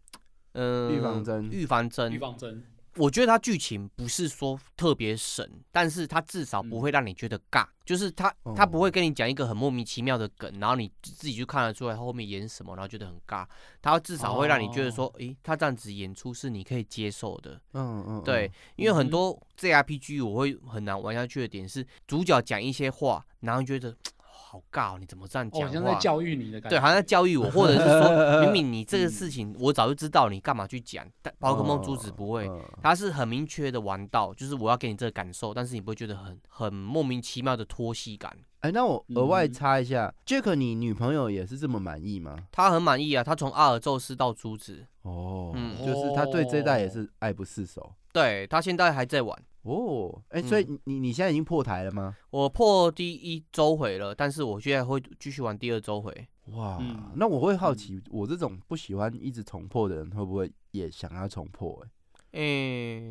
[SPEAKER 5] 嗯，
[SPEAKER 4] 预防针
[SPEAKER 5] 预防针，
[SPEAKER 2] 预防针，
[SPEAKER 5] 我觉得它剧情不是说特别神，但是它至少
[SPEAKER 2] 嗯
[SPEAKER 5] 不会让你觉得尬，就是它
[SPEAKER 4] 哦
[SPEAKER 5] 它不会跟你讲一个很莫名其妙的梗，然后你自己就看得出来后面演什么，然后觉得很尬。它至少会让你觉得说，
[SPEAKER 2] 哦
[SPEAKER 5] 诶、它这样子演出是你可以接受的。
[SPEAKER 4] 嗯嗯，
[SPEAKER 5] 对，因为很多 JRPG 我会很难玩下去的点是，主角讲一些话，然后觉得好尬、哦，你怎么这样
[SPEAKER 2] 哦，
[SPEAKER 5] 讲
[SPEAKER 2] 好像
[SPEAKER 5] 话
[SPEAKER 2] 在教育你的感觉。
[SPEAKER 5] 对，好像在教育我，或者是说，明明你这个事情我早就知道，你干嘛去讲？ 但宝可梦珠子不会，
[SPEAKER 4] 嗯
[SPEAKER 5] 它是很明确的玩到，就是我要给你这个感受，但是你不会觉得很很莫名其妙的脱戏感。
[SPEAKER 4] 哎、那我额外
[SPEAKER 2] 嗯
[SPEAKER 4] 插一下、j a c k 你女朋友也是这么满意吗？
[SPEAKER 5] 他很满意啊，他从阿尔宙斯到珠子，
[SPEAKER 4] 哦，
[SPEAKER 5] 嗯
[SPEAKER 4] 就是她对这一代也是爱不释手。
[SPEAKER 5] 对他现在还在玩。
[SPEAKER 4] 哦，哎、
[SPEAKER 5] 嗯
[SPEAKER 4] 所以你你你现在已经破台了吗？
[SPEAKER 5] 我破第一周回了，但是我现在会继续玩第二周回。
[SPEAKER 4] 哇，
[SPEAKER 2] 嗯
[SPEAKER 4] 那我会好奇、我这种不喜欢一直重破的人，会不会也想要重破、哎，
[SPEAKER 5] 诶、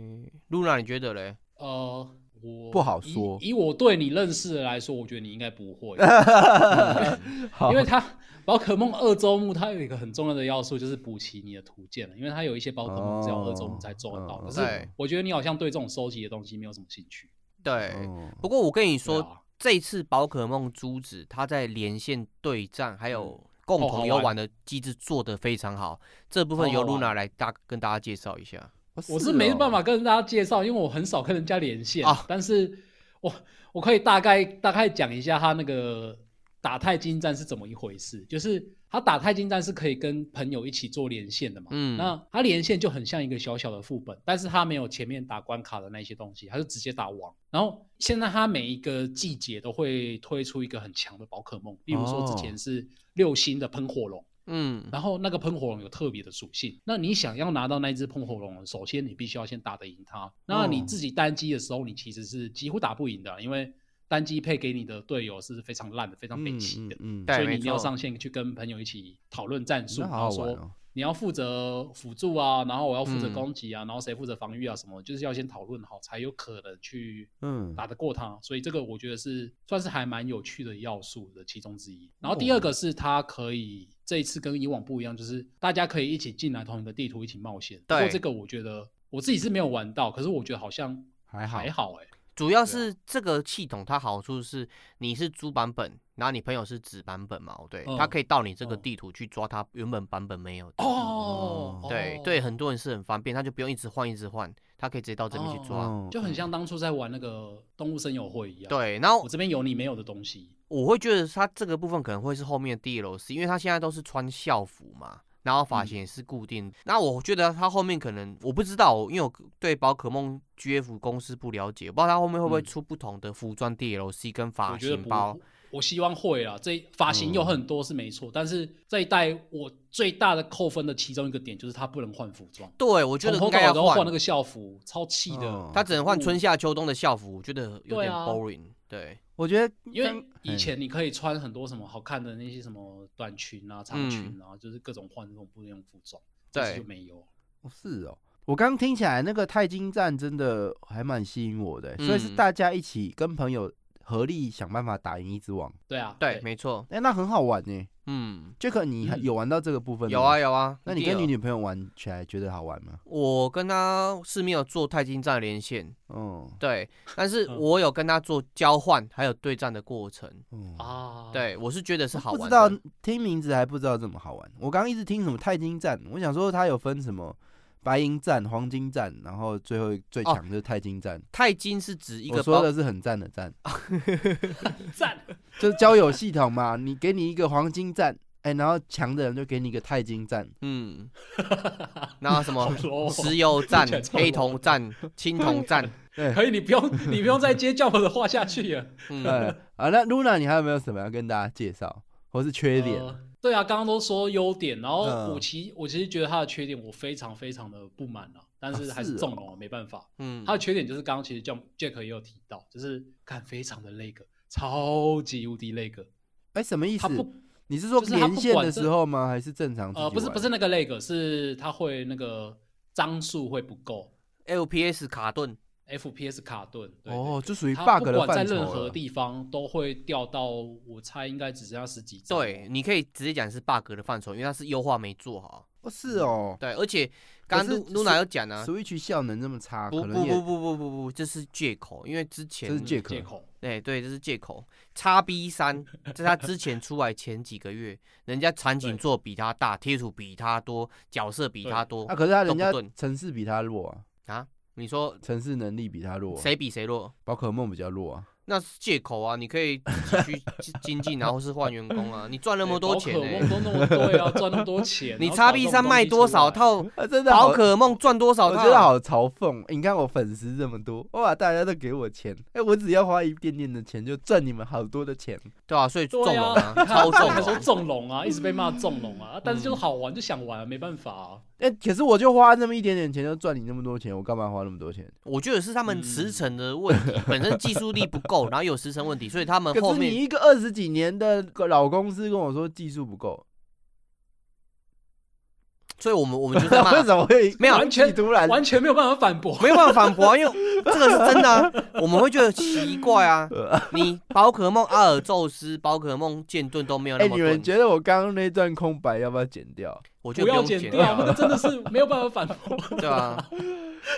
[SPEAKER 5] 露娜，你觉得嘞？
[SPEAKER 2] 呃，我
[SPEAKER 4] 不好说
[SPEAKER 2] 以。以我对你认识的来说，我觉得你应该不会，
[SPEAKER 4] 好
[SPEAKER 2] 因为它宝可梦二周目它有一个很重要的要素就是补齐你的图鉴了，因为它有一些宝可梦只有二周目才做得到。
[SPEAKER 4] 哦
[SPEAKER 2] 可
[SPEAKER 5] 对
[SPEAKER 2] 是我觉得你好像对这种收集的东西没有什么兴趣。
[SPEAKER 5] 对，
[SPEAKER 4] 哦
[SPEAKER 5] 不过我跟你说，
[SPEAKER 2] 嗯对啊
[SPEAKER 5] 这一次宝可梦珠子，它在连线对战还有共
[SPEAKER 2] 哦好
[SPEAKER 5] 同游
[SPEAKER 2] 玩哦
[SPEAKER 5] 玩的机制做得非常好，这部分
[SPEAKER 2] 好
[SPEAKER 5] 由
[SPEAKER 2] 好玩
[SPEAKER 5] Luna 来大跟大家介绍一下。
[SPEAKER 4] 哦
[SPEAKER 2] 我是没
[SPEAKER 4] 哦
[SPEAKER 2] 办法跟大家介绍，因为我很少跟人家连线。
[SPEAKER 5] 啊
[SPEAKER 2] 但是我我可以大概大概讲一下他那个打太金战是怎么一回事。就是他打太金战是可以跟朋友一起做连线的嘛。
[SPEAKER 5] 嗯
[SPEAKER 2] 那他连线就很像一个小小的副本，但是他没有前面打关卡的那些东西，他就直接打王。然后现在他每一个季节都会推出一个很强的宝可梦，例如说之前是六星的喷火龙。
[SPEAKER 5] 嗯，
[SPEAKER 2] 然后那个喷火龙有特别的属性，那你想要拿到那一只喷火龙，首先你必须要先打得赢它。那你自己单机的时候，你其实是几乎打不赢的，因为单机配给你的队友是非常烂的，非常北齐的，
[SPEAKER 4] 嗯嗯嗯
[SPEAKER 5] 对
[SPEAKER 2] 所以你
[SPEAKER 5] 没
[SPEAKER 2] 一定要
[SPEAKER 5] 错
[SPEAKER 2] 上线去跟朋友一起讨论战术，
[SPEAKER 4] 那
[SPEAKER 2] 然
[SPEAKER 4] 好
[SPEAKER 2] 后
[SPEAKER 4] 好玩
[SPEAKER 2] 说
[SPEAKER 4] 哦。
[SPEAKER 2] 你要负责辅助啊，然后我要负责
[SPEAKER 5] 嗯
[SPEAKER 2] 攻击啊，然后谁负责防御啊，什么就是要先讨论好，才有可能去
[SPEAKER 4] 嗯
[SPEAKER 2] 打得过他，所以这个我觉得是算是还蛮有趣的要素的其中之一。然
[SPEAKER 5] 哦
[SPEAKER 2] 后第二个是它可以这一次跟以往不一样，就是大家可以一起进来同一个地图一起冒险。不过
[SPEAKER 5] 对
[SPEAKER 2] 这个我觉得我自己是没有玩到，可是我觉得好像
[SPEAKER 4] 还好
[SPEAKER 2] 还好哎、
[SPEAKER 5] 主要是这个系统它好处是你是猪版本，然后你朋友是纸版本嘛，哦对，
[SPEAKER 2] 嗯
[SPEAKER 5] 它可以到你这个
[SPEAKER 2] 嗯
[SPEAKER 5] 地图去抓它原本版本没有的。
[SPEAKER 2] 哦，
[SPEAKER 5] 嗯对
[SPEAKER 2] 哦
[SPEAKER 5] 对，很多人是很方便，他就不用一直换一直换，他可以直接到这边去抓。
[SPEAKER 4] 哦
[SPEAKER 2] 就很像当初在玩那个动物森友会一样。，
[SPEAKER 5] 对，然后
[SPEAKER 2] 我这边有你没有的东西。
[SPEAKER 5] 我会觉得他这个部分可能会是后面的 DLC，因为他现在都是穿校服嘛，然后发
[SPEAKER 2] 嗯
[SPEAKER 5] 型也是固定。那我觉得他后面可能我不知道，因为我对宝可梦 GF 公司不了解，我不知道他后面会不会
[SPEAKER 2] 嗯
[SPEAKER 5] 出不同的服装 DLC 跟
[SPEAKER 2] 我
[SPEAKER 5] 发
[SPEAKER 2] 觉得
[SPEAKER 5] 型
[SPEAKER 2] 不
[SPEAKER 5] 包。，
[SPEAKER 2] 我希望会啦，这发
[SPEAKER 4] 嗯
[SPEAKER 2] 型有很多是没错，但是这一代我最大的扣分的其中一个点就是它不能换服装，
[SPEAKER 5] 对，我觉得
[SPEAKER 2] 从头
[SPEAKER 5] 应
[SPEAKER 2] 到
[SPEAKER 5] 该
[SPEAKER 2] 尾
[SPEAKER 5] 要
[SPEAKER 2] 都换
[SPEAKER 5] 换
[SPEAKER 2] 那个，校服，超气的。
[SPEAKER 4] 嗯
[SPEAKER 5] 他只能换春夏秋冬的校服，我觉得有
[SPEAKER 2] 对
[SPEAKER 5] 点
[SPEAKER 2] 啊
[SPEAKER 5] boring。对，
[SPEAKER 4] 我觉得
[SPEAKER 2] 因
[SPEAKER 4] 刚
[SPEAKER 2] 为以前你可以穿很多什么好看的那些什么短裙啊、长裙啊，就是各种换那种不一样的服装，这次
[SPEAKER 5] 嗯对
[SPEAKER 2] 就没有。
[SPEAKER 4] 哦是哦，我刚听起来那个钛金战真的还蛮吸引我的，所以是
[SPEAKER 5] 嗯
[SPEAKER 4] 大家一起跟朋友合力想办法打赢一只网，
[SPEAKER 2] 对啊，
[SPEAKER 5] 对，没错。
[SPEAKER 4] 哎，那很好玩呢。
[SPEAKER 5] 嗯，
[SPEAKER 4] 杰克，你还
[SPEAKER 2] 嗯
[SPEAKER 4] 有玩到这个部分？
[SPEAKER 5] 有啊。有啊。
[SPEAKER 4] 那
[SPEAKER 5] 一
[SPEAKER 4] 你
[SPEAKER 5] 定
[SPEAKER 4] 跟你
[SPEAKER 5] 有
[SPEAKER 4] 女朋友玩起来觉得好玩吗？
[SPEAKER 5] 我跟他是没有做太精湛连线，
[SPEAKER 4] 嗯
[SPEAKER 5] 对，但是
[SPEAKER 2] 嗯
[SPEAKER 5] 我有跟他做交换，还有对战的过程。
[SPEAKER 4] 嗯，
[SPEAKER 2] 啊，，
[SPEAKER 5] 对，我是觉得是好
[SPEAKER 4] 不知
[SPEAKER 5] 玩
[SPEAKER 4] 道
[SPEAKER 5] 的。
[SPEAKER 4] 听名字还不知道这么好玩。我刚刚一直听什么钛金战，我想说它有分什么白银战、黄金战，然后最后最
[SPEAKER 5] 哦
[SPEAKER 4] 强就是钛金战。
[SPEAKER 5] 钛金是指一
[SPEAKER 4] 我
[SPEAKER 5] 个
[SPEAKER 4] 说
[SPEAKER 5] 包
[SPEAKER 4] 的是很赞的赞，
[SPEAKER 2] 赞，
[SPEAKER 4] 就是交友系统嘛，你给你一个黄金战，哎、然后强的人就给你一个钛金战，
[SPEAKER 5] 嗯，那什么
[SPEAKER 2] 好 low 哦
[SPEAKER 5] 石油站
[SPEAKER 2] 听起来、超
[SPEAKER 5] 黑
[SPEAKER 2] low
[SPEAKER 5] 铜站、青铜站，
[SPEAKER 2] 可以，你不用，你不用再接 Jump 的话下去了。
[SPEAKER 5] 嗯，
[SPEAKER 4] 对，啊，那 Luna 你还有没有什么要跟大家介绍，或是缺点？
[SPEAKER 2] 呃对啊，刚刚都说优点，然后
[SPEAKER 4] 嗯
[SPEAKER 2] 我其我其实觉得他的缺点我非常非常的不满啊，但是
[SPEAKER 4] 啊
[SPEAKER 2] 还
[SPEAKER 4] 是
[SPEAKER 2] 是
[SPEAKER 4] 哦
[SPEAKER 2] 纵容了，没办法。
[SPEAKER 5] 嗯，
[SPEAKER 2] 他的缺点就是刚刚其实 Jump Jack 也有提到，就是看非常的那个，超级无敌那个，
[SPEAKER 4] 哎、什么意
[SPEAKER 2] 他
[SPEAKER 4] 思？
[SPEAKER 2] 不
[SPEAKER 4] 你是说
[SPEAKER 2] 就是他不
[SPEAKER 4] 连线
[SPEAKER 2] 管
[SPEAKER 4] 的
[SPEAKER 2] 这
[SPEAKER 4] 时候吗？还是正常自己
[SPEAKER 2] 呃不是
[SPEAKER 4] 玩
[SPEAKER 2] 不是那个那个，是他会那个张数会不够
[SPEAKER 5] LPS 卡顿，
[SPEAKER 2] ，FPS 卡顿。对
[SPEAKER 4] 哦，，就属
[SPEAKER 2] 对
[SPEAKER 4] 于
[SPEAKER 2] 他
[SPEAKER 4] bug
[SPEAKER 2] 不
[SPEAKER 4] 的
[SPEAKER 2] 管在
[SPEAKER 4] 范畴
[SPEAKER 2] 任何
[SPEAKER 4] 了。
[SPEAKER 2] 地方都会掉到，我猜应该只剩下十几张。
[SPEAKER 5] 对，，你可以直接讲是 bug 的范畴，因为它是优化没做好。
[SPEAKER 4] 哦，是哦
[SPEAKER 5] 对，而且刚
[SPEAKER 4] 可
[SPEAKER 5] 刚
[SPEAKER 4] 是
[SPEAKER 5] 露娜有讲呢，
[SPEAKER 4] ，Switch 效能这么差，
[SPEAKER 5] 啊不
[SPEAKER 4] 可
[SPEAKER 5] 不
[SPEAKER 4] 能也
[SPEAKER 5] 不不不不不，这是借口，因为之前
[SPEAKER 4] 这
[SPEAKER 2] 嗯
[SPEAKER 4] 是借口
[SPEAKER 2] 借口。
[SPEAKER 5] 哎对，这是借口。x B 三在它之前出来前几个月，人家产品
[SPEAKER 2] 对
[SPEAKER 5] 做比它大，贴图比它多，角色比
[SPEAKER 2] 对
[SPEAKER 5] 它多
[SPEAKER 4] 啊，可是他人家
[SPEAKER 5] 都不对
[SPEAKER 4] 城市比他弱啊，
[SPEAKER 5] 啊。你说
[SPEAKER 4] 城市能力比他弱、啊，
[SPEAKER 5] 谁比谁弱？
[SPEAKER 4] 宝可梦比较弱啊。
[SPEAKER 5] 那是借口啊！你可以自 己去精精进啊，或是换员工啊。你赚那么多钱
[SPEAKER 2] 宝
[SPEAKER 5] 呢、
[SPEAKER 2] 可梦都那么对啊，赚那么多 钱，
[SPEAKER 5] 你
[SPEAKER 2] 然后搞
[SPEAKER 5] x
[SPEAKER 2] 这
[SPEAKER 5] B
[SPEAKER 2] 种
[SPEAKER 5] 三
[SPEAKER 2] 东
[SPEAKER 5] 卖
[SPEAKER 2] 西
[SPEAKER 5] 多
[SPEAKER 2] 出
[SPEAKER 5] 少
[SPEAKER 2] 来？
[SPEAKER 5] 套？
[SPEAKER 4] 啊，真的
[SPEAKER 5] 宝
[SPEAKER 4] 好，
[SPEAKER 5] 可梦赚多少
[SPEAKER 4] 我
[SPEAKER 5] 套？
[SPEAKER 4] 觉得好嘲讽。你看我粉丝这么多，哇，大家都给我钱，哎、我只要花一点点的钱就赚你们好多的钱。
[SPEAKER 5] 对啊，所以 纵
[SPEAKER 2] 对
[SPEAKER 5] 容
[SPEAKER 2] 啊
[SPEAKER 5] 啊，嗯超纵
[SPEAKER 2] 还说
[SPEAKER 5] 容。
[SPEAKER 2] 纵容啊，一直被骂纵容啊，但是就是好玩就想玩啊，没办法 啊。
[SPEAKER 4] 哎、可是我就花那么一点点钱就赚你那么多钱，我干嘛花那么多钱？
[SPEAKER 5] 我觉得是他们
[SPEAKER 2] 嗯
[SPEAKER 5] 时辰的问题，本身技术力不够，然后有时辰问题，所以他们
[SPEAKER 4] 可
[SPEAKER 5] 后
[SPEAKER 4] 是你
[SPEAKER 5] 面
[SPEAKER 4] 一个二十几年的老公司跟我说技术不够，
[SPEAKER 5] 所以我们我们就在
[SPEAKER 4] 那
[SPEAKER 5] 骂
[SPEAKER 4] 为，什么会
[SPEAKER 5] 啊没有
[SPEAKER 4] 你
[SPEAKER 2] 完全
[SPEAKER 4] 突
[SPEAKER 5] 啊
[SPEAKER 4] 然？
[SPEAKER 2] 完全没有办法反 驳。
[SPEAKER 5] 没办法反驳啊，因为这个是真的啊，我们会觉得奇怪啊。你宝可梦阿尔宙斯、宝可梦剑盾都没有
[SPEAKER 4] 哎、
[SPEAKER 5] 那么
[SPEAKER 4] 你们
[SPEAKER 5] 钝，
[SPEAKER 4] 觉得我刚刚那段空白要不要剪掉？
[SPEAKER 5] 我觉
[SPEAKER 2] 不
[SPEAKER 5] 得
[SPEAKER 2] 要
[SPEAKER 5] 不用
[SPEAKER 2] 剪
[SPEAKER 5] 剪
[SPEAKER 2] 掉，啊 那个真的是没有办法反驳。
[SPEAKER 5] 对啊，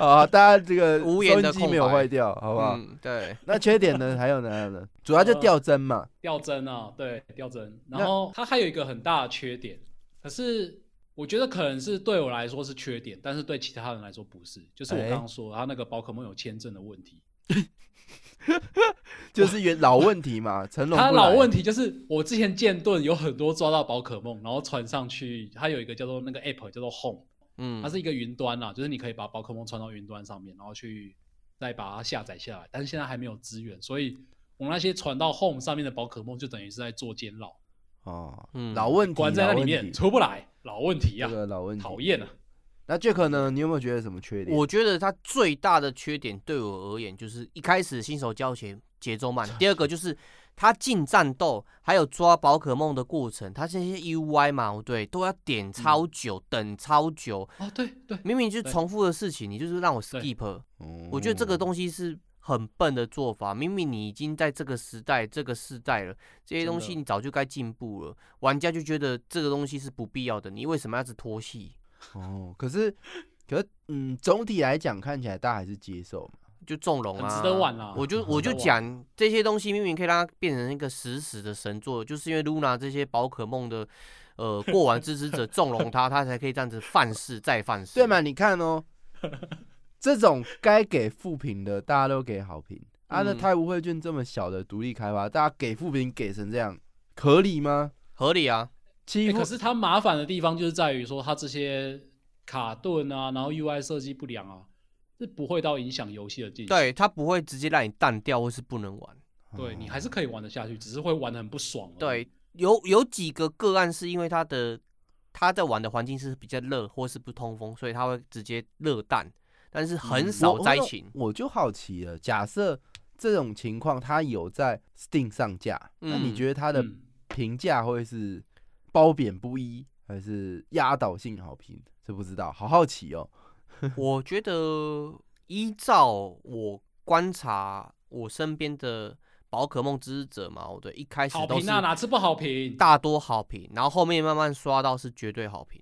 [SPEAKER 4] 啊，大家这个
[SPEAKER 5] 无
[SPEAKER 4] 收
[SPEAKER 5] 言
[SPEAKER 4] 音
[SPEAKER 5] 的
[SPEAKER 4] 机
[SPEAKER 5] 空
[SPEAKER 4] 没有
[SPEAKER 5] 白
[SPEAKER 4] 坏掉，好不好？
[SPEAKER 5] 嗯，对，
[SPEAKER 4] 那缺点呢？还有呢？还有呢？主要就
[SPEAKER 2] 呃
[SPEAKER 4] 掉帧嘛。
[SPEAKER 2] 掉帧啊，对，掉帧。
[SPEAKER 4] 那
[SPEAKER 2] 然后它还有一个很大的缺点，可是我觉得可能是对我来说是缺点，但是对其他人来说不是。就是我
[SPEAKER 4] 哎
[SPEAKER 2] 刚刚说，他那个宝可梦有签证的问题，
[SPEAKER 4] 就是原老问题嘛，成龙
[SPEAKER 2] 他
[SPEAKER 4] 不来
[SPEAKER 2] 老问题就是我之前剑盾有很多抓到宝可梦，然后传上去，它有一个叫做那个 app 叫做 Home，
[SPEAKER 5] 嗯，
[SPEAKER 2] 它是一个云端啦，就是你可以把宝可梦传到云端上面，然后去再把它下载下来，但是现在还没有资源，所以我们那些传到 Home 上面的宝可梦就等于是在做监牢，
[SPEAKER 4] 哦，
[SPEAKER 5] 嗯
[SPEAKER 4] 老问题，
[SPEAKER 2] 关在那里
[SPEAKER 4] 老问
[SPEAKER 2] 面
[SPEAKER 4] 题
[SPEAKER 2] 出不来，老问题
[SPEAKER 4] 这
[SPEAKER 2] 呀、
[SPEAKER 4] 个老问题。
[SPEAKER 2] 讨。厌啊！
[SPEAKER 4] 那 Jack 呢？你有没有觉得什么缺点？
[SPEAKER 5] 我觉得它最大的缺点对我而言，就是一开始新手教学节奏慢，第二个就是它进战斗还有抓宝可梦的过程，它这些 UI 嘛，对，都要点超久，等超久，
[SPEAKER 2] 哦，对对，
[SPEAKER 5] 明明就
[SPEAKER 2] 嗯
[SPEAKER 5] 是
[SPEAKER 2] 对
[SPEAKER 5] 重复的事情，你就是让我
[SPEAKER 2] 对嗯
[SPEAKER 5] skip，
[SPEAKER 4] 哦
[SPEAKER 5] 我觉得这个东西是。很笨的做法，明明你已经在这个时代、这个世代了，这
[SPEAKER 2] 真
[SPEAKER 5] 些
[SPEAKER 2] 的
[SPEAKER 5] 东西你早就该进步了。玩家就觉得这个东西是不必要的，你为什么要一直拖戏？
[SPEAKER 4] 哦，可是可是嗯，总体来讲看起来大家还是接受嘛。
[SPEAKER 5] 就纵容
[SPEAKER 2] 很
[SPEAKER 5] 啊，
[SPEAKER 2] 值得玩啦
[SPEAKER 5] 我就我就
[SPEAKER 2] 很值得
[SPEAKER 5] 讲这些东西，明明可以让它变成一个实时的神作，就是因为 Luna 这些宝可梦的呃过往支持者纵 容他，他才可以这样子犯事再犯事。
[SPEAKER 4] 对嘛？？你看哦，这种该给负评的，大家都给好评。啊，那
[SPEAKER 5] 嗯
[SPEAKER 4] 太无会卷这么小的独立开发，大家给负评给成这样，合理吗？
[SPEAKER 5] 合理啊，
[SPEAKER 4] 欺
[SPEAKER 2] 欸
[SPEAKER 4] 负
[SPEAKER 2] 可是它麻烦的地方就是在于说，它这些卡顿啊，然后 UI 设计不良啊，是不会到影响游戏的进行。
[SPEAKER 5] 对他不会直接让你淡掉或是不能玩。
[SPEAKER 2] 对你还是可以玩得下去，只是会玩得很不爽。，
[SPEAKER 5] 对，有有几个个案是因为他的他在玩的环境是比较热或是不通风，所以他会直接热弹，但是很少
[SPEAKER 4] 我
[SPEAKER 5] 灾情。
[SPEAKER 4] 我。我就好奇了，假设这种情况它有在 Steam 上架，那你
[SPEAKER 5] 嗯
[SPEAKER 4] 觉得它的
[SPEAKER 2] 嗯，
[SPEAKER 4] 评价会是褒贬不一，还是压倒性好评？这不知道，好好奇哦。
[SPEAKER 5] 我觉得依照我观察我身边的宝可梦支持者嘛，我的一开始
[SPEAKER 2] 好
[SPEAKER 5] 都是
[SPEAKER 2] 评啊，哪次不好评？
[SPEAKER 5] 大多好评，然后后面慢慢刷到是绝对好评，